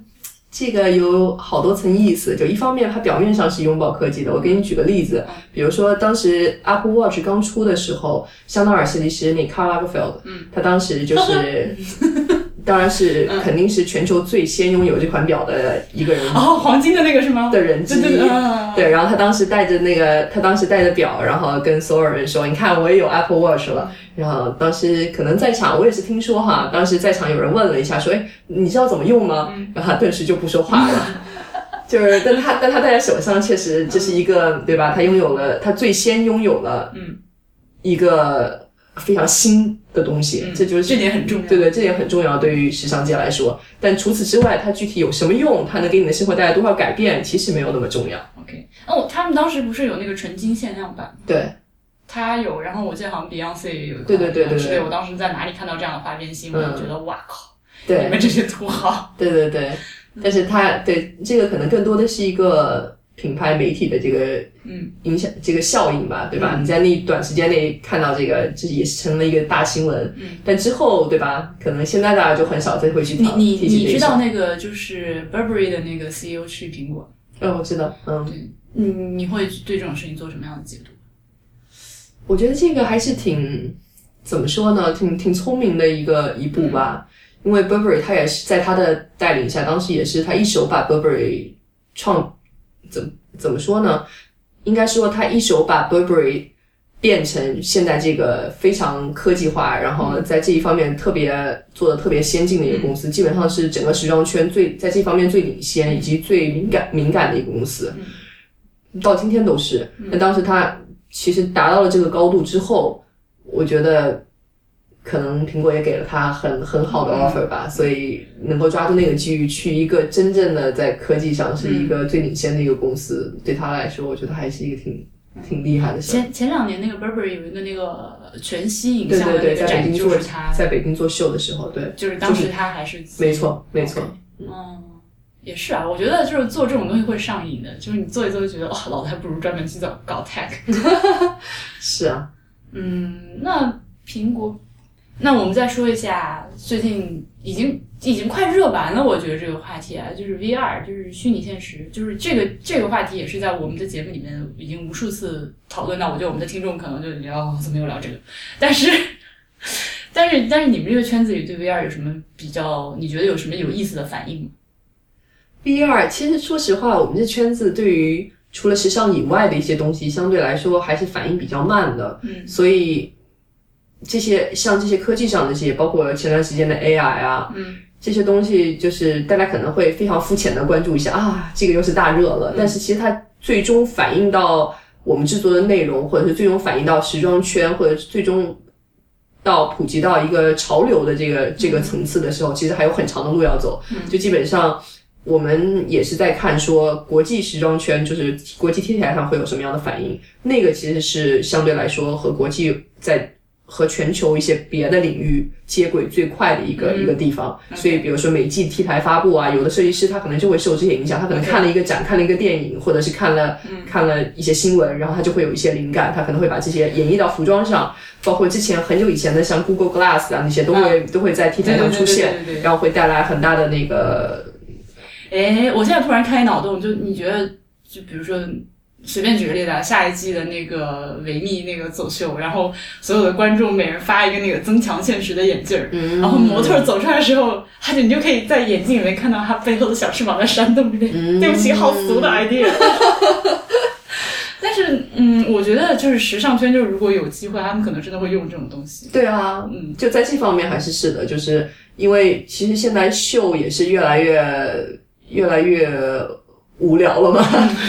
Speaker 2: 这个有好多层意思。就一方面，它表面上是拥抱科技的。我给你举个例子，
Speaker 1: 嗯
Speaker 2: 比如说当时 Apple Watch 刚出的时候，香奈儿设计师那 Karl Lagerfeld，嗯，他当时就是，
Speaker 1: *laughs*
Speaker 2: 当然是
Speaker 1: 嗯
Speaker 2: 肯定是全球最先拥有这款表的一个人
Speaker 1: *laughs* 哦，黄金的那个是吗？
Speaker 2: 的人之
Speaker 1: 对对
Speaker 2: 一
Speaker 1: 对。嗯，
Speaker 2: 对，然后他当时带着那个，他当时带着表，然后跟所有人说：“你看，我也有 Apple Watch 了。”然后当时可能在场，我也是听说哈，当时在场有人问了一下，说：“哎，你知道怎么用吗？”
Speaker 1: 嗯
Speaker 2: 然后他顿时就不说话了。就是，但他但他戴在手上，确实这是一个对吧？他拥有了，他最先拥有了，
Speaker 1: 嗯，
Speaker 2: 一个非常新的东西，这就是
Speaker 1: 嗯这点很重要。
Speaker 2: 对对，这点很重要，对于时尚界来说。但除此之外，它具体有什么用？它能给你的生活带来多少改变？其实没有那么重要。
Speaker 1: OK，那我哦他们当时不是有那个纯金限量版，
Speaker 2: 对，
Speaker 1: 它有，然后我记得好像 Beyonce 也有一款。
Speaker 2: 对对对对对
Speaker 1: 是的，我当时在哪里看到这样的花边新闻，
Speaker 2: 嗯
Speaker 1: 觉得哇靠，你
Speaker 2: 对
Speaker 1: 们这些土豪。
Speaker 2: 对对对，但是它对这个可能更多的是一个品牌媒体的这个
Speaker 1: 嗯
Speaker 2: 影响，这个效应吧，对吧？你在那短时间内看到这个，这也是成了一个大新闻。
Speaker 1: 嗯、
Speaker 2: 但之后，对吧？可能现在大家就很少再会去
Speaker 1: *laughs* 你
Speaker 2: 讨
Speaker 1: *laughs* 你
Speaker 2: 提起
Speaker 1: 你
Speaker 2: 这一
Speaker 1: 知道
Speaker 2: 项。
Speaker 1: 那个就是 Burberry 的那个 E CEO 去苹果，
Speaker 2: 嗯，我知道，嗯，
Speaker 1: 你你会对这种事情做什么样的解读？
Speaker 2: 我觉得这个还是挺怎么说呢，挺挺聪明的一个一步吧。因为 Burberry 他也是在他的带领下，当时也是他一手把 Burberry 创怎么怎么说呢？应该说他一手把 Burberry 变成现在这个非常科技化，然后在这一方面特别做的特别先进的一个公司，基本上是整个时尚圈最在这方面最领先以及最敏感敏感的一个公司，到今天都是。那当时他其实达到了这个高度之后，我觉得可能苹果也给了他很很好的 offer 吧，所以能够抓住那个机遇去一个真正的在科技上是一个最领先的一个公司，对他来说，我觉得还是一个挺挺厉害的事儿。
Speaker 1: 前前两年那个 Burberry 有一个那个全息影
Speaker 2: 对
Speaker 1: 像
Speaker 2: 对
Speaker 1: 的
Speaker 2: 对，
Speaker 1: 那个
Speaker 2: 在
Speaker 1: 展，
Speaker 2: 北京
Speaker 1: 就
Speaker 2: 做
Speaker 1: 是他，
Speaker 2: 在北京做秀的时候，对，
Speaker 1: 就是当时他还是
Speaker 2: 没错没错。
Speaker 1: 嗯，也是啊，我觉得就是做这种东西会上瘾的，就是你做一做就觉得哇，老子还不如专门去搞搞 tech。
Speaker 2: 是啊，
Speaker 1: 嗯，那苹果，那我们再说一下最近已经已经快热完了，我觉得这个话题啊，就是 VR，就是虚拟现实，就是这个这个话题也是在我们的节目里面已经无数次讨论到。我觉得我们的听众可能就聊、哦、怎么又聊这个，但是。但是，但是你们这个圈子里对 VR 有什么比较？你觉得有什么有意思的反应吗？
Speaker 2: B 二，其实说实话，我们这圈子对于除了时尚以外的一些东西，相对来说还是反应比较慢的。
Speaker 1: 嗯，
Speaker 2: 所以这些像这些科技上的这些，包括前段时间的 AI 啊，
Speaker 1: 嗯，
Speaker 2: 这些东西，就是大家可能会非常肤浅的关注一下啊，这个又是大热了，但是其实它最终反映到我们制作的内容，或者是最终反映到时装圈，或者是最终。到普及到一个潮流的这个这个层次的时候，其实还有很长的路要走。就基本上，我们也是在看说国际时装圈，就是国际 T 台上会有什么样的反应。那个其实是相对来说和国际在和全球一些别的领域接轨最快的一个、一个地方。所以，比如说每季 T 台发布啊，有的设计师他可能就会受这些影响，他可能看了一个展，看了一个电影，或者是看了、
Speaker 1: 嗯
Speaker 2: 看了一些新闻，然后他就会有一些灵感，他可能会把这些演绎到服装上。包括之前很久以前的像 Google Glass 啊那些都会、都会在 T 台上
Speaker 1: 嗯对
Speaker 2: 出现，
Speaker 1: 对对对对对
Speaker 2: 然后会带来很大的那个
Speaker 1: 哎，我现在突然开脑洞，就你觉得，就比如说，随便举个例子啊，下一季的那个维密那个走秀，然后所有的观众每人发一个那个增强现实的眼镜儿，然后模特儿走出来的时候，他就你就可以在眼镜里面看到他背后的小翅膀在扇动之类。对不起，好俗的 idea。但是，嗯，我觉得就是时尚圈，就是如果有机会，他们可能真的会用这种东西。
Speaker 2: 对啊，
Speaker 1: 嗯，
Speaker 2: 就在这方面还是是的，就是因为其实现在秀也是越来越越来越无聊了嘛，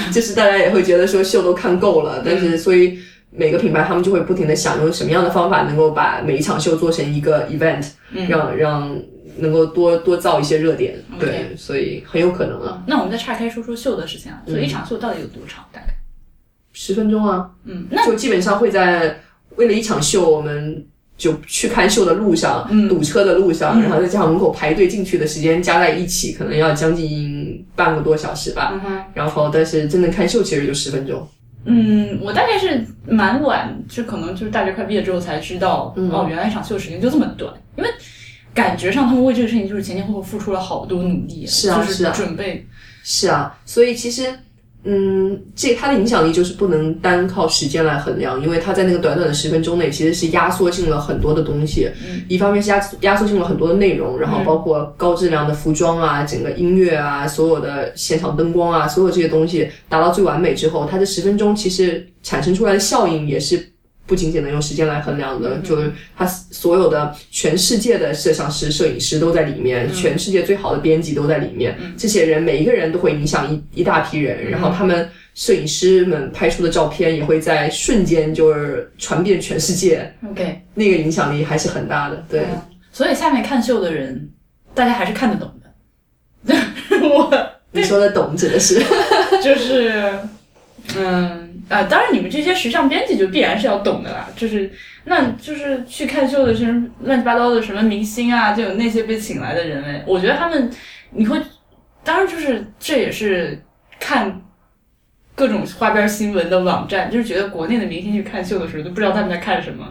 Speaker 1: 嗯
Speaker 2: *laughs* 就是大家也会觉得说秀都看够了，但是所以每个品牌他们就会不停的想用什么样的方法能够把每一场秀做成一个 event，、让
Speaker 1: 嗯
Speaker 2: 让能够多多造一些热点，对
Speaker 1: OK
Speaker 2: 所以很有可能啊，
Speaker 1: 那我们再岔开说说秀的事情啊，所以一场秀到底有多长？大概？
Speaker 2: 十分钟啊，
Speaker 1: 嗯，那
Speaker 2: 就基本上会在为了一场秀，我们就去看秀的路上、
Speaker 1: 嗯
Speaker 2: 堵车的路上，然后再加上门口排队进去的时间加在一起，可能要将近半个多小时吧。
Speaker 1: 嗯哼，
Speaker 2: 然后，但是真的看秀其实就十分钟。
Speaker 1: 嗯，我大概是蛮晚，就可能就是大学快毕业之后才知道，
Speaker 2: 嗯
Speaker 1: 哦，原来一场秀时间就这么短，因为感觉上他们为这个事情就是前前后后付出了好多努力，
Speaker 2: 是啊
Speaker 1: 就是
Speaker 2: 啊
Speaker 1: 准备，
Speaker 2: 是啊，所以其实，嗯，这它的影响力就是不能单靠时间来衡量，因为它在那个短短的十分钟内，其实是压缩进了很多的东西。
Speaker 1: 嗯
Speaker 2: 一方面是压缩压缩进了很多的内容，然后
Speaker 1: 嗯
Speaker 2: 包括高质量的服装啊、整个音乐啊、所有的现场灯光啊，所有这些东西达到最完美之后，它这十分钟其实产生出来的效应也是。不仅仅能用时间来衡量的，就是它所有的全世界的摄像师、摄影师都在里面，全世界最好的编辑都在里面。这些人每一个人都会影响一一大批人，然后他们摄影师们拍出的照片也会在瞬间就是传遍全世界，
Speaker 1: ，OK，
Speaker 2: 那个影响力还是很大的。对，
Speaker 1: 嗯所以下面看秀的人，大家还是看得懂的。我
Speaker 2: 你说的懂指的是，
Speaker 1: *laughs* 就是，嗯啊，当然你们这些时尚编辑就必然是要懂的啦，就是那就是去看秀的什么乱七八糟的什么明星啊，就有那些被请来的人类，我觉得他们你会，当然就是这也是看。各种花边新闻的网站，就是觉得国内的明星去看秀的时候，都不知道他们在看什么。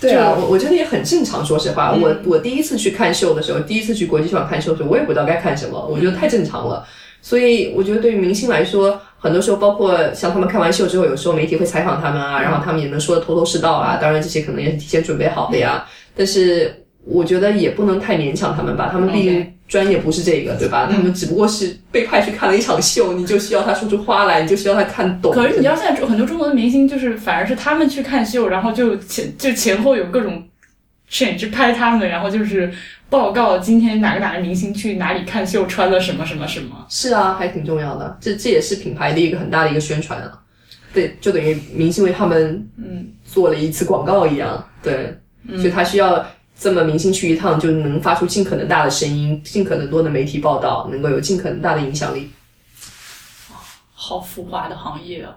Speaker 2: 对 *laughs* 啊，
Speaker 1: 就
Speaker 2: 我我觉得也很正常。说实话，
Speaker 1: 嗯
Speaker 2: 我我第一次去看秀的时候，第一次去国际秀场看秀的时候，我也不知道该看什么，我觉得太正常了。所以我觉得对于明星来说，很多时候包括像他们看完秀之后，有时候媒体会采访他们啊，然
Speaker 1: 嗯
Speaker 2: 后他们也能说的头头是道啊。当然这些可能也是提前准备好的
Speaker 1: 嗯
Speaker 2: 呀，但是我觉得也不能太勉强他们吧，他们毕竟
Speaker 1: OK 嗯
Speaker 2: 专业不是这个，对吧？他们只不过是被派去看了一场秀，你就需要他说出花来，你就需要他看懂。
Speaker 1: 可是你知道，现在很多中国的明星，就是反而是他们去看秀，然后就前就前后有各种摄影师拍他们，然后就是报告今天哪个哪个明星去哪里看秀，穿了什么什么什么。
Speaker 2: 是啊，还挺重要的，这这也是品牌的一个很大的一个宣传啊。对，就等于明星为他们
Speaker 1: 嗯
Speaker 2: 做了一次广告一样。对，所以
Speaker 1: 嗯
Speaker 2: 他需要这么明星去一趟，就能发出尽可能大的声音，尽可能多的媒体报道，能够有尽可能大的影响力。
Speaker 1: 好浮华的行业啊！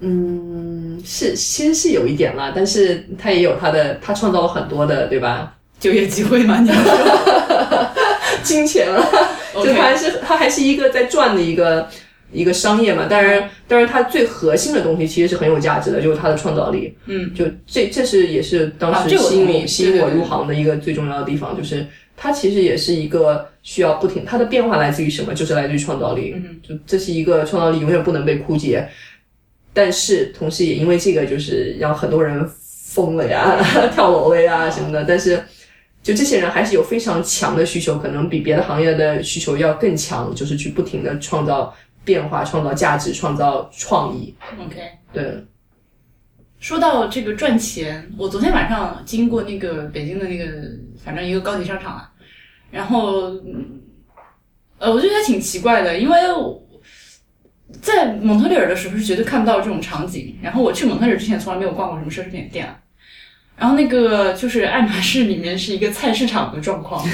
Speaker 2: 嗯，是先是有一点啦，但是他也有他的，他创造了很多的，对吧？ *laughs*
Speaker 1: 就业机会嘛，你 *laughs* 要说
Speaker 2: 金钱啊，就它
Speaker 1: OK，
Speaker 2: 还是它还是一个在转的一个一个商业嘛。当
Speaker 1: 嗯
Speaker 2: 然，当然它最核心的东西其实是很有价值的，就是它的创造力。
Speaker 1: 嗯，
Speaker 2: 就这这是也是当
Speaker 1: 啊
Speaker 2: 时
Speaker 1: 这我
Speaker 2: 吸引
Speaker 1: 同
Speaker 2: 我、
Speaker 1: 意
Speaker 2: 吸引我
Speaker 1: 对对对
Speaker 2: 入行的一个最重要的地方，就是它其实也是一个需要不停它的变化来自于什么，就是来自于创造力。
Speaker 1: 嗯，
Speaker 2: 就这是一个创造力永远不能被枯竭，但是同时也因为这个，就是让很多人疯了呀、 *laughs* 跳楼了呀什么的。但是，就这些人还是有非常强的需求，可能比别的行业的需求要更强，就是去不停的创造变化、创造价值、创造创意。
Speaker 1: OK。
Speaker 2: 对，
Speaker 1: 说到这个赚钱，我昨天晚上经过那个北京的那个，反正一个高级商场啊，然后，嗯呃，我就觉得挺奇怪的，因为我在蒙特利尔的时候是绝对看不到这种场景。然后我去蒙特利尔之前从来没有逛过什么奢侈品店啊。然后那个就是爱马仕里面是一个菜市场的状况，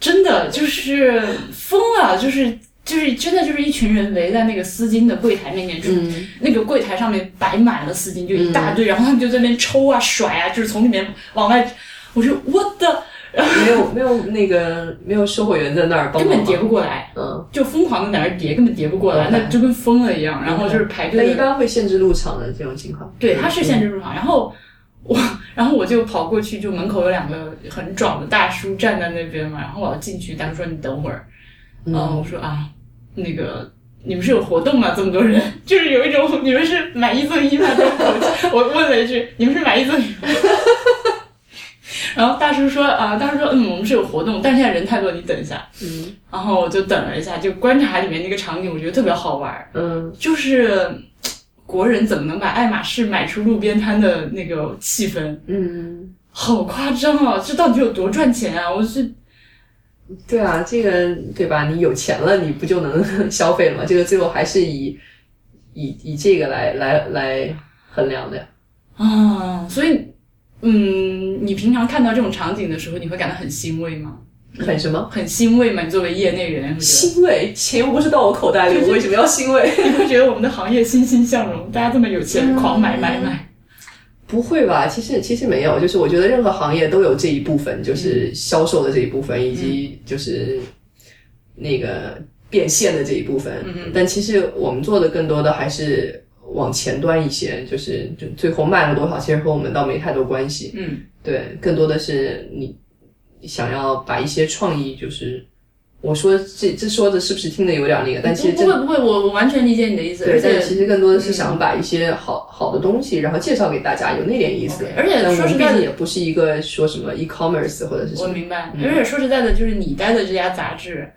Speaker 1: 真的就是疯了，就是就是真的就是一群人围在那个丝巾的柜台面前出
Speaker 2: 嗯，
Speaker 1: 那个柜台上面摆满了丝巾，就一大堆，然后他们就在那边抽啊甩啊，就是从里面往外。我说我的
Speaker 2: 没有没有那个没有售货员在那儿帮
Speaker 1: 根本
Speaker 2: 忙
Speaker 1: 叠。不过来，
Speaker 2: 嗯，
Speaker 1: 就疯狂的在那儿叠，根本叠不过来，
Speaker 2: 明白
Speaker 1: 那就跟疯了一样。然后就是排
Speaker 2: 那
Speaker 1: 队
Speaker 2: 一
Speaker 1: 的，
Speaker 2: 般会限制入场的这种情况。
Speaker 1: 对，它是限制入场。然后我，然后我就跑过去，就门口有两个很壮的大叔站在那边嘛，然后我要进去，大叔说你等会儿，
Speaker 2: 嗯
Speaker 1: 嗯，我说啊，那个你们是有活动吗？这么多人， *laughs* 就是有一种你们是买一赠一吗？这种口气。 *laughs* 我问了一句，你们是买一赠一吗？ *laughs* 然后大叔说啊，大叔说嗯，我们是有活动，但是现在人太多，你等一下。
Speaker 2: 嗯
Speaker 1: 然后我就等了一下，就观察里面那个场景，我觉得特别好玩儿。
Speaker 2: 嗯，
Speaker 1: 就是嘖国人怎么能把爱马仕买出路边摊的那个气氛，
Speaker 2: 嗯。
Speaker 1: 好夸张啊！这到底有多赚钱啊？我是
Speaker 2: 对啊，这个对吧？你有钱了，你不就能 *laughs* 消费了吗？这个最后还是以以以这个来来来衡量的呀。
Speaker 1: 啊，所以，嗯，你平常看到这种场景的时候，你会感到很欣慰吗？
Speaker 2: 很什么？
Speaker 1: 很欣慰吗？你作为业内人，会觉
Speaker 2: *laughs* 欣慰，钱又不是到我口袋里，我为什么要欣慰？
Speaker 1: 得你会觉得我们的行业欣欣向荣，大家这么有钱，狂买买买。
Speaker 2: 不会吧？其实其实没有，就是我觉得任何行业都有这一部分，就是销售的这一部分，以及就是那个变现的这一部分。但其实我们做的更多的还是往前端一些，就是就最后卖了多少，其实和我们倒没太多关系。
Speaker 1: 嗯，
Speaker 2: 对，更多的是你想要把一些创意，就是我说这这说的是不是听的有点那个？但其实
Speaker 1: 不
Speaker 2: 真
Speaker 1: 会不会，我我完全理解你的意思，而
Speaker 2: 对，但
Speaker 1: 且
Speaker 2: 其实更多的是想把一些好、好的东西，然后介绍给大家，有那点意思
Speaker 1: OK，。而且说
Speaker 2: 但我们
Speaker 1: 实
Speaker 2: 毕
Speaker 1: 在的
Speaker 2: 竟也不是一个说什么 e-commerce 或者是什嗯
Speaker 1: 我
Speaker 2: 么，
Speaker 1: 明白。而且说实在的，就是你待的这家杂志，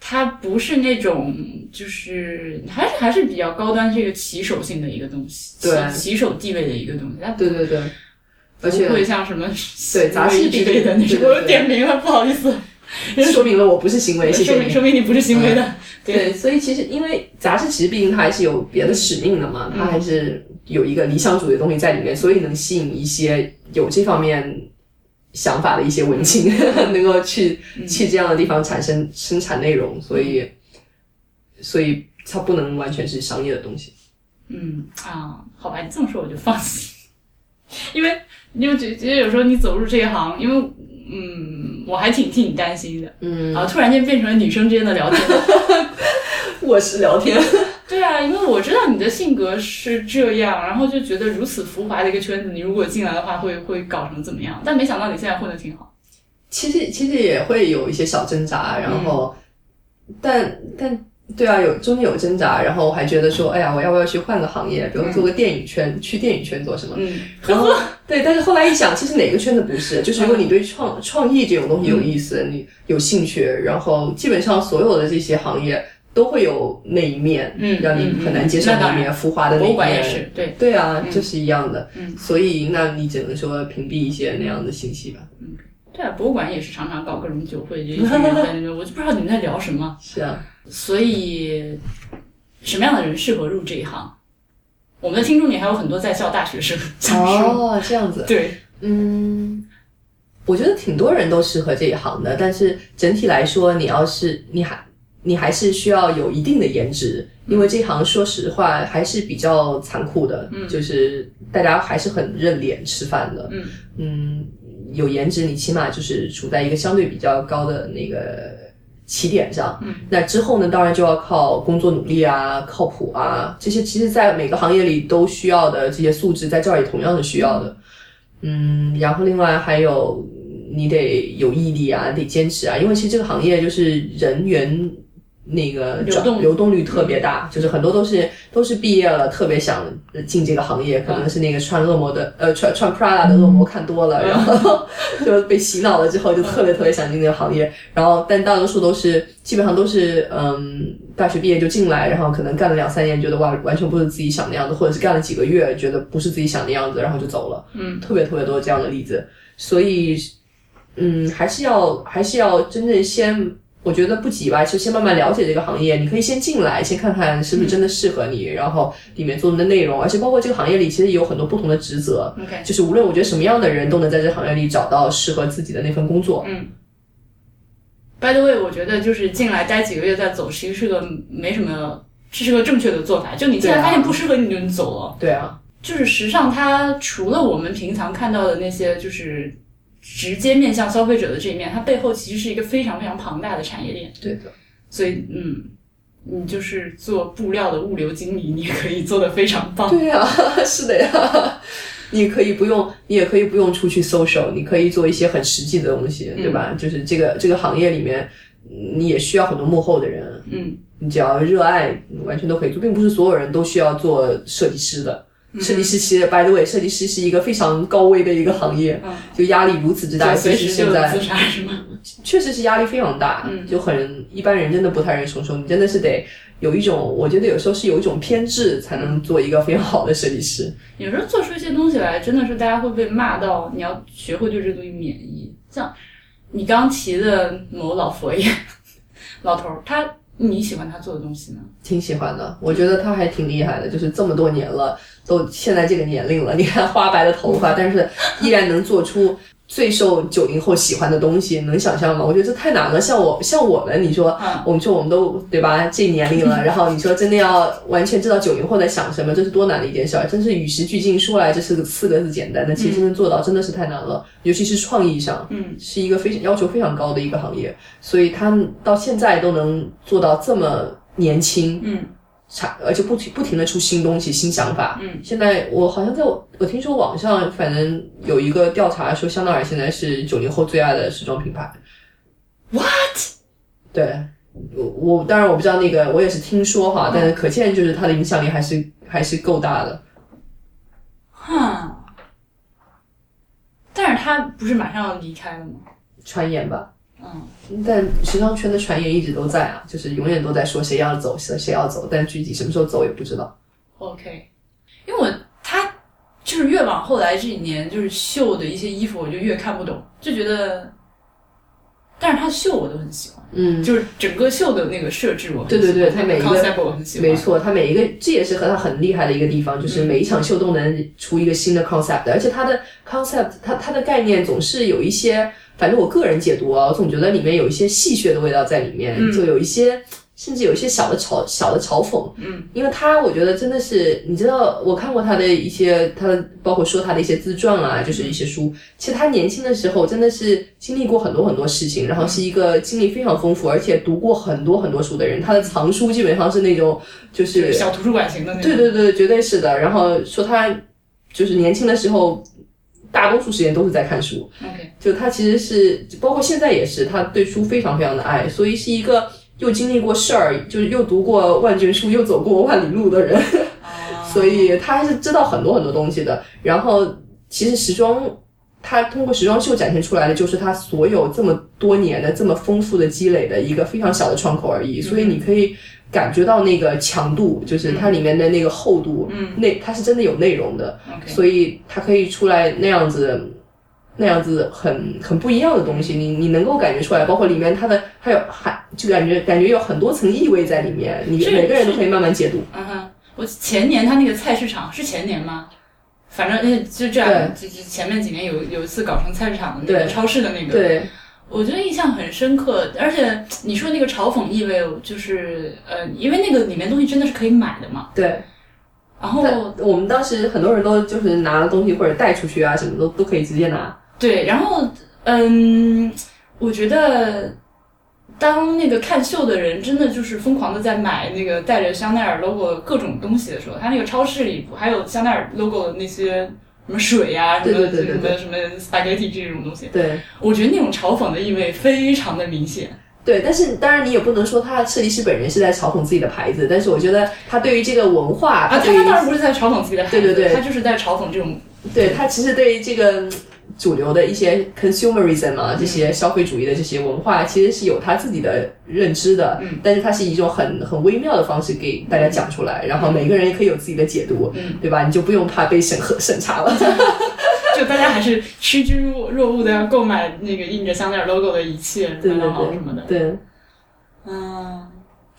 Speaker 1: 它不是那种就是还是还是比较高端，是一个骑手性的一个东西，
Speaker 2: 对
Speaker 1: 骑骑手地位的一个东西，它不
Speaker 2: 对对对，而且
Speaker 1: 不会像什么
Speaker 2: 对杂志
Speaker 1: 之类的那
Speaker 2: 对对
Speaker 1: 种。
Speaker 2: 对
Speaker 1: 我点名了，不好意思，
Speaker 2: 说明了我不是
Speaker 1: *laughs*
Speaker 2: 行为，谢
Speaker 1: 说
Speaker 2: 谢
Speaker 1: 明
Speaker 2: 你。
Speaker 1: 说明你不是行为的，对。
Speaker 2: 对，所以其实因为杂志其实毕竟它还是有别的使命的
Speaker 1: 嗯
Speaker 2: 嘛，它还是有一个理想主义的东西在里面，所以能吸引一些有这方面想法的一些文青， *laughs* 能够去
Speaker 1: 嗯
Speaker 2: 去这样的地方产生生产内容，所以所以它不能完全是商业的东西。
Speaker 1: 嗯啊，好吧，你这么说我就放心，因为因为觉觉得有时候你走入这一行，因为嗯，我还挺替你担心的，嗯，啊，突然间变成了女生之间的聊天，
Speaker 2: *laughs* 卧室聊天。
Speaker 1: 对啊，因为我知道你的性格是这样，然后就觉得如此浮华的一个圈子，你如果进来的话会会搞成怎么样？但没想到你现在混得挺好，
Speaker 2: 其实其实也会有一些小挣扎，然后，但但对啊，有中间有挣扎，然后我还觉得说，哎呀，我要不要去换个行业，比如做个电影圈，去电影圈做什么？
Speaker 1: 嗯，
Speaker 2: 然后对，但是后来一想，其实哪个圈子不是？就是如果你对创创意这种东西有意思，你有兴趣，然后基本上所有的这些行业都会有那一面，
Speaker 1: 嗯
Speaker 2: 让你很难接受
Speaker 1: 嗯嗯那当
Speaker 2: 那
Speaker 1: 然
Speaker 2: 一面浮华的那
Speaker 1: 博
Speaker 2: 一
Speaker 1: 物馆也
Speaker 2: 面。
Speaker 1: 是，对，
Speaker 2: 对啊，就是一样的。
Speaker 1: 嗯
Speaker 2: 所以那你只能说屏蔽一些那样的信息吧。
Speaker 1: 对啊，博物馆也是常常搞各种酒会，就一群人在那边， *laughs* 我就不知道你们在聊什么。
Speaker 2: 是啊，
Speaker 1: 所以，什么样的人适合入这一行？我们的听众里还有很多在校大学生，想说、
Speaker 2: 哦，这样子。
Speaker 1: 对，
Speaker 2: 嗯，我觉得挺多人都适合这一行的，但是整体来说，你要是你还你还是需要有一定的颜值，因为这行说实话还是比较残酷的，就是大家还是很认脸吃饭的。
Speaker 1: 嗯
Speaker 2: 嗯有颜值，你起码就是处在一个相对比较高的那个起点上。
Speaker 1: 嗯，
Speaker 2: 那之后呢，当然就要靠工作努力啊、靠谱啊这些，其实在每个行业里都需要的这些素质，在这儿也同样是需要的。嗯，然后另外还有你得有毅力啊，得坚持啊，因为其实这个行业就是人员那个
Speaker 1: 流
Speaker 2: 转
Speaker 1: 动
Speaker 2: 流动率特别大，就是很多都是都是毕业了特别想进这个行业，可能是那个穿恶魔的呃穿穿 Prada 的恶魔看多了，然后 *laughs* 就被洗脑了之后就特别特别想进这个行业，然后但大多数都是基本上都是嗯大学毕业就进来，然后可能干了两三年觉得哇完全不是自己想的样子，或者是干了几个月觉得不是自己想的样子，然后就走了，
Speaker 1: 嗯，
Speaker 2: 特别特别多这样的例子，所以嗯还是要还是要真正先。我觉得不急吧，就先慢慢了解这个行业。你可以先进来，先看看是不是真的适合你，然后里面做的内容，而且包括这个行业里其实也有很多不同的职责，
Speaker 1: ，OK，
Speaker 2: 就是无论我觉得什么样的人都能在这行业里找到适合自己的那份工作。
Speaker 1: 嗯。By the way，我觉得就是进来待几个月再走，其实是个没什么，这是个正确的做法。就你进来
Speaker 2: 对啊
Speaker 1: 发现不适合你就走了。
Speaker 2: 对啊，
Speaker 1: 就是时尚，它除了我们平常看到的那些，就是直接面向消费者的这一面，它背后其实是一个非常非常庞大的产业链。
Speaker 2: 对的，
Speaker 1: 所以，嗯，你就是做布料的物流经理，你也可以做得非常棒。
Speaker 2: 对呀、 *laughs* 是的呀。你可以不用，你也可以不用出去 social，你可以做一些很实际的东西，对吧？就是这个这个行业里面，你也需要很多幕后的人，啊
Speaker 1: 嗯，
Speaker 2: 你只要热爱，完全都可以做，并不是所有人都需要做设计师的。
Speaker 1: 嗯
Speaker 2: 设计师其实，by the way，设计师是一个非常高危的一个行业，
Speaker 1: 嗯
Speaker 2: 就压力如此之大，
Speaker 1: 就随
Speaker 2: 尤其
Speaker 1: 时
Speaker 2: 是
Speaker 1: 就嗯
Speaker 2: 现在
Speaker 1: 自杀是吗？
Speaker 2: 确实是压力非常大，就很一般人真的不太容易承受。你真的是得有一种，我觉得有时候是有一种偏执，才能做一个非常好的设计师。
Speaker 1: 有时候做出一些东西来，真的是大家会被骂到，你要学会对这东西免疫。像你刚提的某老佛爷 *laughs* 老头儿，他你喜欢他做的东西呢？
Speaker 2: 挺喜欢的，我觉得他还挺厉害的，就是这么多年了，都现在这个年龄了，你看花白的头发，但是依然能做出最受九零后喜欢的东西，能想象吗？我觉得这太难了。像我像我们，你说
Speaker 1: 嗯
Speaker 2: 我们说我们都对吧，这年龄了，然后你说真的要完全知道九零后在想什么，这是多难的一件事儿，真是与时俱进。说来这是个四个字简单，但其实能做到真的是太难了，尤其是创意上，
Speaker 1: 嗯，
Speaker 2: 是一个非常要求非常高的一个行业，所以他们到现在都能做到这么年轻，
Speaker 1: 嗯，
Speaker 2: 产而且不停不停的出新东西、新想法。
Speaker 1: 嗯，
Speaker 2: 现在我好像在我我听说网上反正有一个调查说，香奈儿现在是九零后最爱的时装品牌。What？对，我我当然我不知道那个，我也是听说哈，但是可见就是它的影响力还是还是够大的。
Speaker 1: 哼。但是他不是马上要离开了吗？
Speaker 2: 传言吧，
Speaker 1: 嗯，
Speaker 2: 但时尚圈的传言一直都在啊，就是永远都在说谁要走谁谁要走，但具体什么时候走也不知道。
Speaker 1: OK，因为我他就是越往后来这几年，就是绣的一些衣服，我就越看不懂，就觉得，但是他绣我都很喜欢，
Speaker 2: 嗯，
Speaker 1: 就是整个绣的那个设置我很喜
Speaker 2: 对
Speaker 1: 欢，
Speaker 2: 对对它每一
Speaker 1: 那
Speaker 2: 个
Speaker 1: concept 我很喜欢，嗯
Speaker 2: 没错，他每一个这也是和他很厉害的一个地方，就是每一场秀都能出一个新的 concept，而且他的 concept，他他的概念总是有一些，反正我个人解读啊，我总觉得里面有一些戏谑的味道在里面，
Speaker 1: 嗯
Speaker 2: 就有一些甚至有一些小的嘲小的嘲讽，
Speaker 1: 嗯，
Speaker 2: 因为他我觉得真的是，你知道我看过他的一些，他的包括说他的一些自传啊，就是一些书，其实他年轻的时候真的是经历过很多很多事情，然后是一个经历非常丰富，而且读过很多很多书的人，他的藏书基本上是那种就
Speaker 1: 就是是小图书馆型的那种，
Speaker 2: 对对对，绝对是的。然后说他就是年轻的时候，大多数时间都是在看书，
Speaker 1: ，OK，
Speaker 2: 就他其实是包括现在也是，他对书非常非常的爱，所以是一个又经历过事儿，就是又读过万卷书，又走过万里路的人，
Speaker 1: 哦
Speaker 2: 所以他还是知道很多很多东西的。然后其实时装。他通过时装秀展现出来的，就是他所有这么多年的这么丰富的积累的一个非常小的窗口而已，
Speaker 1: 嗯
Speaker 2: 所以你可以感觉到那个强度，就是它里面的那个厚度，
Speaker 1: 嗯
Speaker 2: 内它是真的有内容的，
Speaker 1: ，OK，
Speaker 2: 所以它可以出来那样子，那样子很很不一样的东西，你你能够感觉出来，包括里面它的还有还就感觉感觉有很多层意味在里面，你
Speaker 1: 是
Speaker 2: 每个人都可以慢慢解读。
Speaker 1: 嗯哼，我前年他那个菜市场是前年吗？反正呃就这样，就就前面几年有有一次搞成菜市场的那个
Speaker 2: 对
Speaker 1: 超市的那个，
Speaker 2: 对，
Speaker 1: 我觉得印象很深刻，而且你说那个嘲讽意味，就是呃，因为那个里面东西真的是可以买的嘛。
Speaker 2: 对，
Speaker 1: 然后
Speaker 2: 但我们当时很多人都就是拿了东西或者带出去啊，什么都都可以直接拿。
Speaker 1: 对，然后嗯，我觉得当那个看秀的人真的就是疯狂的在买那个带着香奈儿 logo 的各种东西的时候，他那个超市里还有香奈儿 logo 的那些什么水呀、什么
Speaker 2: 对对对对
Speaker 1: 什么什么 spaghetti 这种东西，
Speaker 2: 对。
Speaker 1: 我觉得那种嘲讽的意味非常的明显。
Speaker 2: 对，但是当然你也不能说他的设计师本人是在嘲讽自己的牌子，但是我觉得他对于这个文化，
Speaker 1: 啊，
Speaker 2: 对
Speaker 1: 他
Speaker 2: 于
Speaker 1: 当然不是在嘲讽自己的孩子，
Speaker 2: 对对对
Speaker 1: 他就是在嘲讽这种
Speaker 2: 对他其实对这个嗯主流的一些 consumerism 啊，这些消费主义的这些文化，其实是有他自己的认知的，
Speaker 1: 嗯
Speaker 2: 但是他是以一种很很微妙的方式给大家讲出来，然后每个人也可以有自己的解读，
Speaker 1: 嗯
Speaker 2: 对吧？你就不用怕被审核审查了。
Speaker 1: *laughs* 就大家还是趋之若若鹜的要购买那个印着香奈儿 logo 的一切，麦
Speaker 2: 对对
Speaker 1: 当劳
Speaker 2: 对
Speaker 1: 什么的。
Speaker 2: 对。
Speaker 1: 嗯，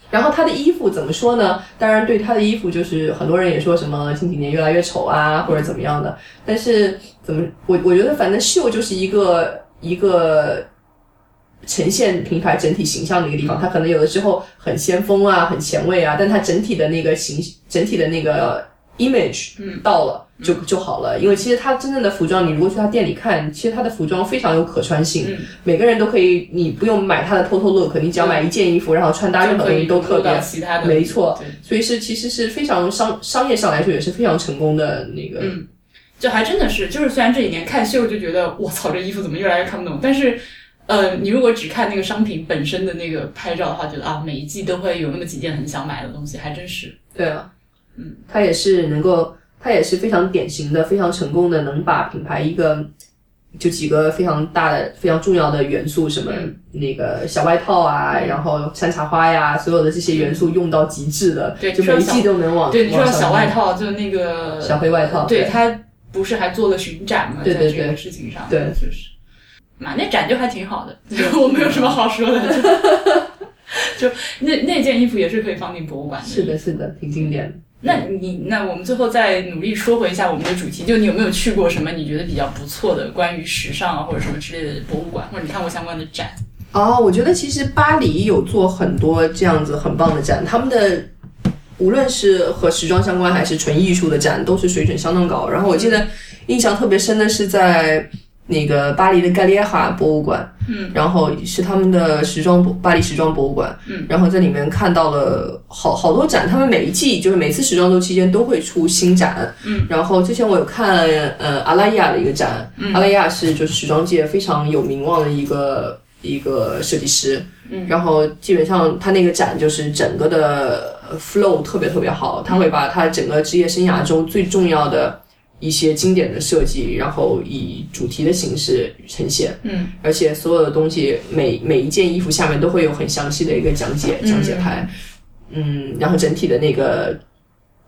Speaker 2: 然后他的衣服怎么说呢？当然，对他的衣服就是很多人也说什么近几年越来越丑啊，或者怎么样的。但是怎么我我觉得反正秀就是一个一个呈现品牌整体形象的一个地
Speaker 1: 嗯
Speaker 2: 方。它可能有的时候很先锋啊，很前卫啊，但它整体的那个形整体的那个 image
Speaker 1: 嗯
Speaker 2: 到了。就就好了，因为其实它真正的服装，你如果去他店里看，其实它的服装非常有可穿性，
Speaker 1: 嗯
Speaker 2: 每个人都可以，你不用买它的 total look，你只要买一件衣服，然后穿搭
Speaker 1: 就
Speaker 2: 任何
Speaker 1: 可
Speaker 2: 东
Speaker 1: 以
Speaker 2: 西都特
Speaker 1: 到
Speaker 2: 别
Speaker 1: 其他的，
Speaker 2: 没错
Speaker 1: 对，
Speaker 2: 所以是其实是非常商商业上来说也是非常成功的那个，
Speaker 1: 嗯就还真的是，就是虽然这几年看秀就觉得我操这衣服怎么越来越看不懂，但是。呃，你如果只看那个商品本身的那个拍照的话，觉得啊，每一季都会有那么几件很想买的东西，还真是。
Speaker 2: 对啊，
Speaker 1: 嗯，
Speaker 2: 它也是能够，它也是非常典型的、非常成功的，能把品牌一个就几个非常大的、非常重要的元素，什么、
Speaker 1: 嗯
Speaker 2: 那个小外套啊，
Speaker 1: 嗯
Speaker 2: 然后山茶花呀，所有的这些元素用到极致的，
Speaker 1: 对
Speaker 2: 就
Speaker 1: 你说
Speaker 2: 每一
Speaker 1: 小
Speaker 2: 季都能往
Speaker 1: 对，你说
Speaker 2: 往
Speaker 1: 到
Speaker 2: 上
Speaker 1: 小外
Speaker 2: 弄
Speaker 1: 套，就那个
Speaker 2: 小黑外套，
Speaker 1: 对他不是还做了巡展吗？
Speaker 2: 对对
Speaker 1: 在这个
Speaker 2: 对
Speaker 1: 事情上，
Speaker 2: 对
Speaker 1: 就是，嘛，那展就还挺好的， *laughs* 我没有什么好说
Speaker 2: *laughs*
Speaker 1: 的。就那那件衣服也是可以放进博物馆的，
Speaker 2: 是的，是的，挺经典的。
Speaker 1: 那你那我们最后再努力说回一下我们的主题，就你有没有去过什么你觉得比较不错的关于时尚啊或者什么之类的博物馆，或者你看过相关的展？
Speaker 2: 哦，我觉得其实巴黎有做很多这样子很棒的展，他们的无论是和时装相关还是纯艺术的展，都是水准相当高。然后我记得印象特别深的是在那个巴黎的盖列哈博物馆，嗯，然后是他们的时装博巴黎时装博物馆，嗯，然后在里面看到了好好多展，他们每一季就是每次时装周期间都会出新展，嗯，然后之前我有看呃阿拉亚的一个展，阿拉亚是就是时装界非常有名望的一个。一个设计师，然后基本上他那个展就是整个的呃 flow 特别特别好，他会把他整个职业生涯中最重要的一些经典的设计，然后以主题的形式呈现，
Speaker 1: 嗯，
Speaker 2: 而且所有的东西每每一件衣服下面都会有很详细的一个讲解讲解牌，嗯，然后整体的那个。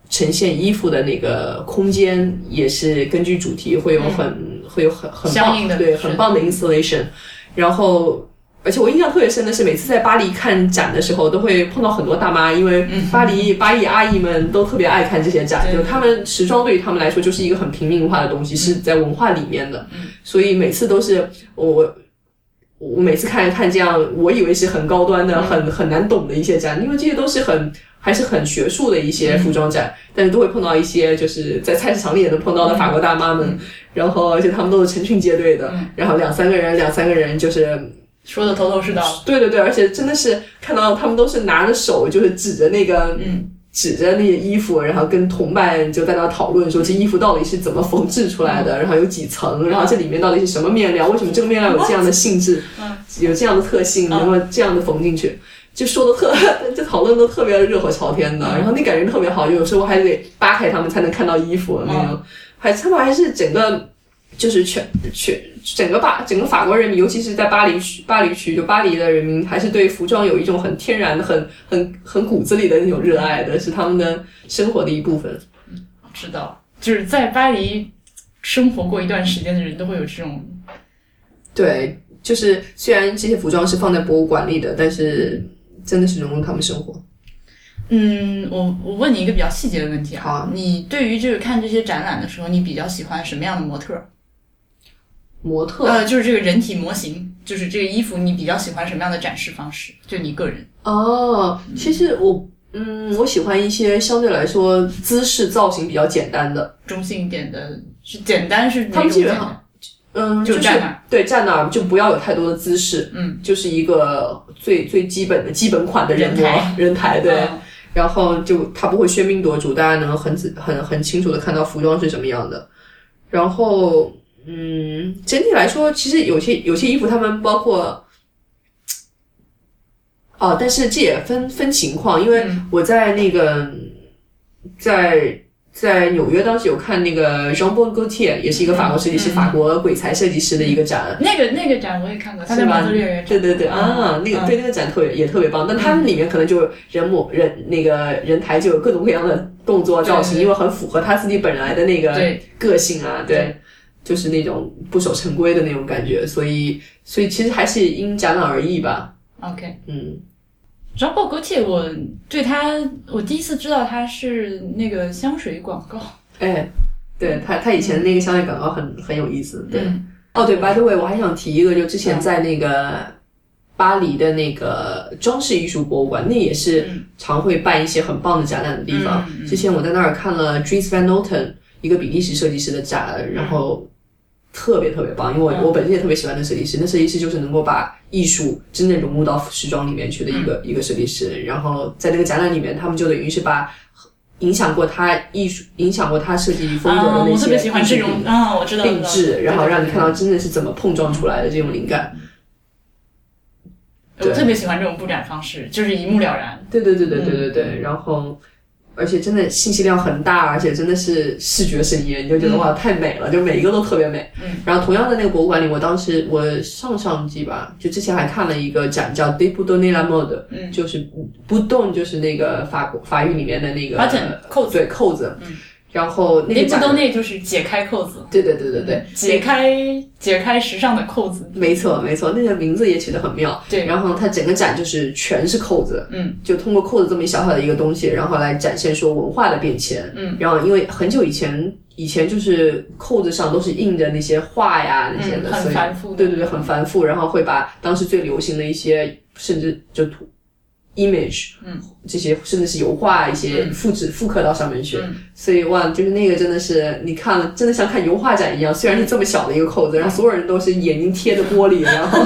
Speaker 2: 呈现衣服的那个空间也是根据主题会有很、会有很很
Speaker 1: 嗯相应
Speaker 2: 棒
Speaker 1: 的
Speaker 2: 对
Speaker 1: 是
Speaker 2: 很棒的 installation，然后而且我印象特别深的是，每次在巴黎看展的时候，都会碰到很多大妈，因为巴黎、巴黎阿姨们都特别爱看这些展，
Speaker 1: 对
Speaker 2: 就他们时装对于他们来说就是一个很平民化的东西，是在文化里面的，所以每次都是我我我每次看看这样，我以为是很高端的、很很难懂的一些展，因为这些都是很。还是很学术的一些服装展，但是都会碰到一些就是在菜市场里也能碰到的法国大妈们，然后而且他们都是成群结队的，然后两三个人，两三个人就是
Speaker 1: 说的头头是道，
Speaker 2: 对对对，而且真的是看到他们都是拿着手，就是指着那个，
Speaker 1: 嗯
Speaker 2: 指着那个衣服，然后跟同伴就在那讨论说这衣服到底是怎么缝制出来的，然后有几层，然后这里面到底是什么面料，为什么这个面料有这样的性质，有这样的特性，然后这样的缝进去。就说的特， *laughs* 就讨论的特别热火朝天的，然后那感觉特别好，就有时候还得扒开他们才能看到衣服那种，还他们还是整个就是全全整个巴整个法国人民，尤其是在巴黎区巴黎区，就巴黎的人民还是对服装有一种很天然的、很很很骨子里的那种热爱的，是他们的生活的一部分。
Speaker 1: 知道，就是在巴黎生活过一段时间的人都会有这种
Speaker 2: 对，就是虽然这些服装是放在博物馆里的，但是真的是融入他们生活。
Speaker 1: 嗯，我我问你一个比较细节的问题
Speaker 2: 好
Speaker 1: 啊
Speaker 2: 啊，
Speaker 1: 你对于就是看这些展览的时候，你比较喜欢什么样的模特儿？
Speaker 2: 模特，
Speaker 1: 呃，就是这个人体模型，就是这个衣服，你比较喜欢什么样的展示方式？就你个人，
Speaker 2: 哦，其实我嗯，我喜欢一些相对来说姿势造型比较简单的。
Speaker 1: 中性一点的，是简单是哪
Speaker 2: 他
Speaker 1: 种
Speaker 2: 们基
Speaker 1: 简
Speaker 2: 本
Speaker 1: 单？
Speaker 2: 上，嗯，
Speaker 1: 就是站那儿
Speaker 2: 对站那儿就不要有太多的姿势，
Speaker 1: 嗯，
Speaker 2: 就是一个最最基本的基本款的人模
Speaker 1: 人台
Speaker 2: 人台哎对，
Speaker 1: 嗯
Speaker 2: 然后就他不会喧宾夺主，大家能很仔很很清楚的看到服装是什么样的，然后嗯，整体来说，其实有些有些衣服他们包括。哦，但是这也分分情况，因
Speaker 1: 嗯
Speaker 2: 为我在那个在在纽约当时有看那个 Jean Paul Gaultier，也是一个法国设计
Speaker 1: 嗯
Speaker 2: 师，法国鬼才设计师的一个展，
Speaker 1: 那个那个展我也看过，他在
Speaker 2: 是吧
Speaker 1: 蒙特利尔也展嗯
Speaker 2: 对对对啊，那个对那个展特别也特别棒，但他们里面可能就人模人那个人台就有各种各样的动作造
Speaker 1: 嗯对
Speaker 2: 型，
Speaker 1: 对
Speaker 2: 因为很符合他自己本来的那个
Speaker 1: 对
Speaker 2: 个性啊，
Speaker 1: 对
Speaker 2: 对，就是那种不守成规的那种感觉，所以所以其实还是因展览而异吧，
Speaker 1: ，OK。
Speaker 2: 嗯，
Speaker 1: 然后鲍格铁，我对他，我第一次知道他是那个香水广告，
Speaker 2: 哎，对他他以前那个商业广告很很有意思，对。
Speaker 1: 嗯
Speaker 2: 哦，对，by the way，我还想提一个，就之前在那个巴黎的那个装饰艺术博物馆，那也是常会办一些很棒的展览的地方。
Speaker 1: 嗯
Speaker 2: 之前我在那儿看了 Dries Van Noten 一个比利时设计师的展，然后特别特别棒，因
Speaker 1: 嗯
Speaker 2: 为我、我本身也特别喜欢那设计师，那设计师就是能够把艺术真正融入到时装里面去的一
Speaker 1: 嗯
Speaker 2: 个、一个设计师。然后在那个展览里面，他们就等于是把。影响过他艺术，影响过他设计风格
Speaker 1: 啊，
Speaker 2: 的那些、
Speaker 1: 我特别喜欢这种啊，我知道，
Speaker 2: 定
Speaker 1: 知道
Speaker 2: 制，然后让你看到真的是怎么碰撞出来的这种灵感。
Speaker 1: 我特别喜欢这种布展方式，就是一目了然。
Speaker 2: 对对对对对对
Speaker 1: 嗯
Speaker 2: 对，然后。而且真的信息量很大，而且真的是视觉盛宴，你就觉得哇太美了，就每一个都特别美。
Speaker 1: 嗯。
Speaker 2: 然后同样的那个博物馆里，我当时我上上季吧，就之前还看了一个展叫 De b u d o n e la mode，
Speaker 1: 嗯
Speaker 2: 就是不动就是那个法国法语里面的那个
Speaker 1: Button，扣子嗯
Speaker 2: 对扣子。然后那
Speaker 1: 林
Speaker 2: 个
Speaker 1: 子
Speaker 2: 展
Speaker 1: 豆内就是解开扣子，
Speaker 2: 对对对对对，
Speaker 1: 解开解开时尚的扣子，
Speaker 2: 没错，没错，那个名字也取得很妙。
Speaker 1: 对
Speaker 2: 然后它整个展就是全是扣子，
Speaker 1: 嗯，
Speaker 2: 就通过扣子这么一小小的一个东西，然后来展现说文化的变迁，
Speaker 1: 嗯，
Speaker 2: 然后因为很久以前，以前就是扣子上都是印着那些画呀那些的，
Speaker 1: 嗯，很
Speaker 2: 所以
Speaker 1: 繁复的，
Speaker 2: 对对对，很繁复，然后会把当时最流行的一些，甚至就图 image，
Speaker 1: 嗯，
Speaker 2: 这些甚至是油画一些
Speaker 1: 嗯
Speaker 2: 复制、复刻到上面去，
Speaker 1: 嗯
Speaker 2: 所以哇，就是那个真的是你看了，真的像看油画展一样，虽然是这么小的一个
Speaker 1: 嗯
Speaker 2: 扣子，然后所有人都是眼睛贴着玻璃，
Speaker 1: *laughs*
Speaker 2: 然后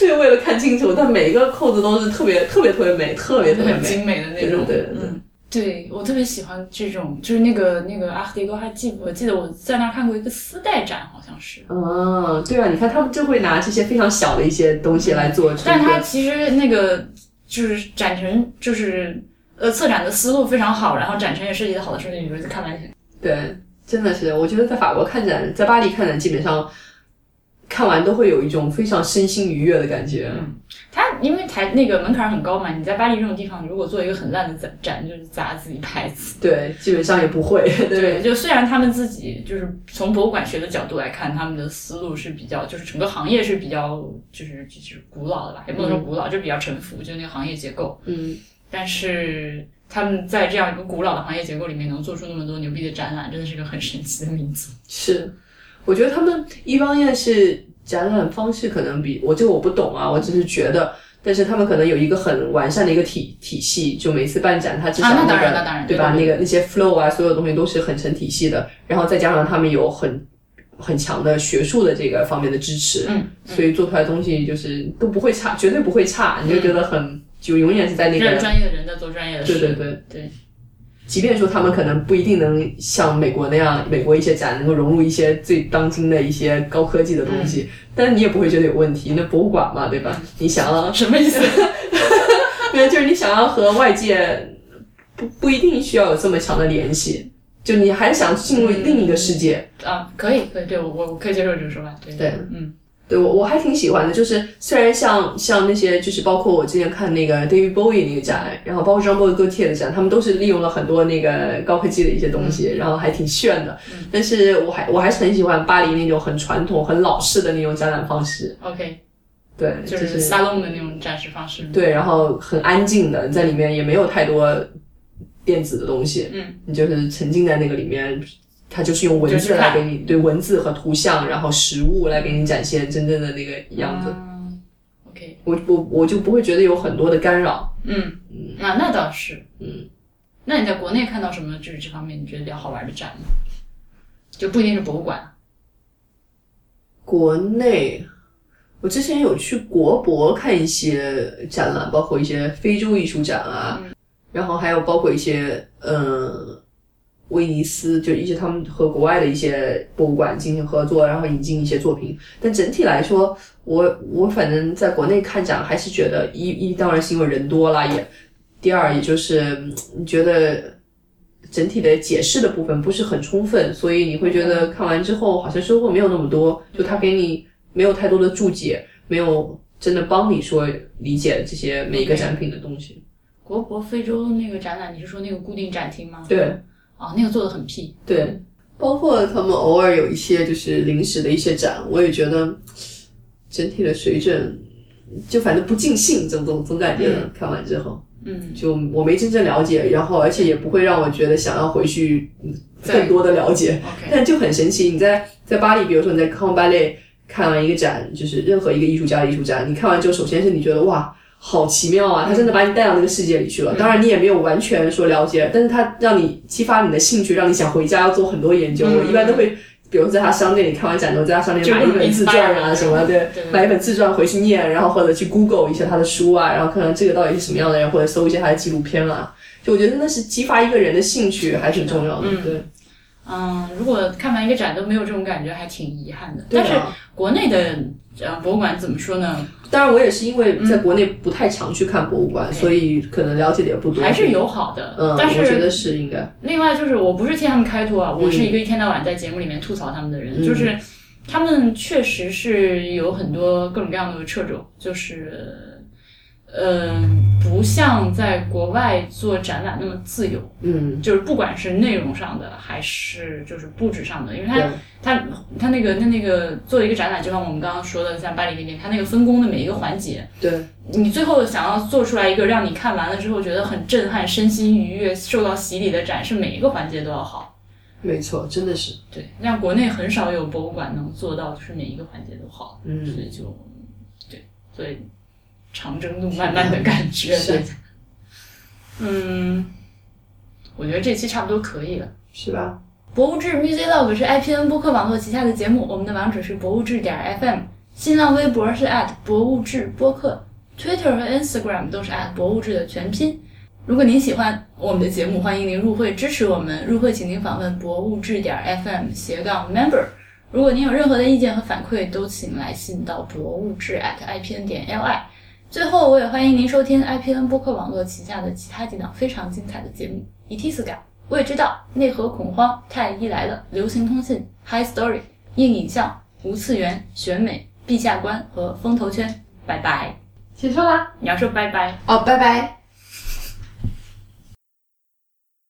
Speaker 2: 就是为了看清楚，但每一个扣子都是特别特别特别美，特别特别
Speaker 1: 很
Speaker 2: 美，
Speaker 1: 精美的那种，
Speaker 2: 对对对对
Speaker 1: 嗯。对我特别喜欢这种，就是那个那个阿赫迪哥，还记我记得我在那儿看过一个丝带展，好像是，
Speaker 2: 嗯，对啊，你看他们就会拿这些非常小的一些东西来做，
Speaker 1: 但它其实那个就是展陈，就是呃策展的思路非常好，然后展陈也设计的好的时候，你就看完全
Speaker 2: 对，真的是，我觉得在法国看展，在巴黎看展，基本上看完都会有一种非常身心愉悦的感觉。
Speaker 1: 它因为台那个门槛很高嘛，你在巴黎这种地方，如果做一个很烂的展展，就是砸自己牌子。
Speaker 2: 对，基本上也
Speaker 1: *laughs*
Speaker 2: 不会。对，
Speaker 1: 就虽然他们自己就是从博物馆学的角度来看，他们的思路是比较，就是整个行业是比较就是就是古老的吧，也不能说古老，就比较沉浮，就那个行业结构。
Speaker 2: 嗯，
Speaker 1: 但是他们在这样一个古老的行业结构里面，能做出那么多牛逼的展览，真的是个很神奇的民族。
Speaker 2: 是，我觉得他们一方面是展览方式可能比我这个我不懂啊，我只是觉得。但是他们可能有一个很完善的一个体体系，就每次办展，它至少
Speaker 1: 啊那
Speaker 2: 个、
Speaker 1: 当然那当然
Speaker 2: 对吧？
Speaker 1: 对
Speaker 2: 那个那些 flow 啊，所有东西都是很成体系的，然后再加上他们有很很强的学术的这个方面的支持，
Speaker 1: 嗯，
Speaker 2: 所以做出来的东西就是都不会差，绝对不会差，你就觉得很就永远是在那
Speaker 1: 让
Speaker 2: 个，
Speaker 1: 专业的人在做专业的
Speaker 2: 对
Speaker 1: 事。
Speaker 2: 对对
Speaker 1: 对。
Speaker 2: 即便说他们可能不一定能像美国那样，美国一些展能够融入一些最当今的一些高科技的东
Speaker 1: 嗯
Speaker 2: 西，但你也不会觉得有问题。那博物馆嘛，对吧？你想要，
Speaker 1: 哦什么意思？
Speaker 2: 对，就是你想要和外界不不一定需要有这么强的联系，就你还想进入另一个世界，
Speaker 1: 啊，可以，可以，对我我我可以接受这个说法，对
Speaker 2: 对
Speaker 1: 嗯，
Speaker 2: 对我我还挺喜欢的，就是虽然像像那些就是包括我之前看那个 David Bowie 那个展，然后包括 Jean Paul Gaultier 的展，他们都是利用了很多那个高科技的一些东西，然后还挺炫的。但是我还我还是很喜欢巴黎那种很传统、很老式的那种展览方式。
Speaker 1: ，OK，
Speaker 2: 对，
Speaker 1: 就
Speaker 2: 就是是
Speaker 1: salon 的那种展示方式，
Speaker 2: 对，然后很安静的，在里面也没有太多电子的东西，
Speaker 1: 嗯，
Speaker 2: 你就是沉浸在那个里面，它就是用文
Speaker 1: 就去
Speaker 2: 字来给你对文字和图像，然后实物来给你展现真正的那个样子。
Speaker 1: 嗯 OK，
Speaker 2: 我我我就不会觉得有很多的干扰。
Speaker 1: 嗯，啊，那倒是，
Speaker 2: 嗯，
Speaker 1: 那你在国内看到什么就是这方面你觉得比较好玩的展吗？就不一定是博物馆，啊
Speaker 2: 国内，我之前有去国博看一些展览，包括一些非洲艺术展啊，然后还有包括一些呃威尼斯，就一些他们和国外的一些博物馆进行合作，然后引进一些作品。但整体来说，我我反正在国内看展还是觉得一一当然是因为人多啦，也第二也就是嗯你觉得。整体的解释的部分不是很充分，所以你会觉得看完之后好像收获没有那么多，就他给你没有太多的注解，没有真的帮你说理解这些每一个展品的东西。
Speaker 1: 国博非洲那个展览，你是说那个固定展厅吗？
Speaker 2: 对，
Speaker 1: 啊，那个做的很屁，
Speaker 2: 对，包括他们偶尔有一些就是临时的一些展，我也觉得整体的水准就反正不尽兴，总总总感觉、看完之后，
Speaker 1: 嗯，
Speaker 2: 就我没真正了解，然后而且也不会让我觉得想要回去嗯
Speaker 1: 对
Speaker 2: 更多的了解。
Speaker 1: ，OK，
Speaker 2: *laughs* 但就很神奇，你在在巴黎，比如说你在康巴勒看完一个展，就是任何一个艺术家的艺术展，你看完之后，首先是你觉得哇，好奇妙啊，他真的把你带到那个世界里
Speaker 1: 嗯
Speaker 2: 去了。当然，你也没有完全说了解，但是他让你激发你的兴趣，让你想回家要做很多研究。
Speaker 1: 嗯
Speaker 2: 我一般都会。比如在他商店里看完展之后，在他商店
Speaker 1: 就
Speaker 2: 买一本自传啊
Speaker 1: inspire
Speaker 2: 什么的
Speaker 1: 嗯对，
Speaker 2: 买一本自传回去念，然后或者去 Google 一下他的书啊，然后看看这个到底是什么样的人，或者搜一下他的纪录片啊。就我觉得那是激发一个人的兴趣还挺重要的，
Speaker 1: 嗯
Speaker 2: 对。
Speaker 1: 嗯，如果看完一个展都没有这种感觉，还挺遗憾的。
Speaker 2: 对
Speaker 1: 但
Speaker 2: 啊
Speaker 1: 是国内的呃博物馆怎么说呢？
Speaker 2: 当然，我也是因为
Speaker 1: 嗯
Speaker 2: 在国内不太常去看博物馆，所以可能了解的也不多。
Speaker 1: 还是，友好的，
Speaker 2: 嗯，
Speaker 1: 但
Speaker 2: 我觉
Speaker 1: 是
Speaker 2: 得是应该，
Speaker 1: 另外就是我不是替他们开脱啊，我是一个一天到晚在节目里面吐槽他们的人，
Speaker 2: 嗯
Speaker 1: 就是他们确实是有很多各种各样的掣肘，就是
Speaker 3: 呃，不像在国外做展览那么自由，
Speaker 2: 嗯，
Speaker 3: 就是不管是内容上的还是就是布置上的，因为它
Speaker 2: 对，
Speaker 3: 它它那个那那个做一个展览，就像我们刚刚说的，像巴黎那边，它那个分工的每一个环节，
Speaker 2: 对，
Speaker 3: 你最后想要做出来一个让你看完了之后觉得很震撼、身心愉悦、受到洗礼的展，是每一个环节都要好。
Speaker 2: 没错，真的是，
Speaker 3: 对，像国内很少有博物馆能做到，就是每一个环节都好，
Speaker 2: 嗯
Speaker 3: 所以就对，所以长征路漫漫的感觉。
Speaker 2: 是
Speaker 3: 大家嗯，我觉得这期差不多可以了。
Speaker 2: 是吧？
Speaker 1: 博物志 Music Log 是 IPN 播客网络旗下的节目，我们的网址是博物志点 FM，新浪微博是 at 博物志播客，Twitter 和 Instagram 都是 at 博物志的全拼。如果您喜欢我们的节目，欢迎您入会支持我们。入会请您访问博物志点 FM 斜杠 member。如果您有任何的意见和反馈，都请来信到博物志 at IPN 点 LI。最后，我也欢迎您收听 IPN 播客网络旗下的其他几档非常精彩的节目，《ET 四感》。我也知道内核恐慌、太医来了、流行通信、High Story、硬影像、无次元、选美、陛下观和风投圈。拜拜。
Speaker 3: 结束啦！你要说拜拜。
Speaker 2: 哦，拜拜。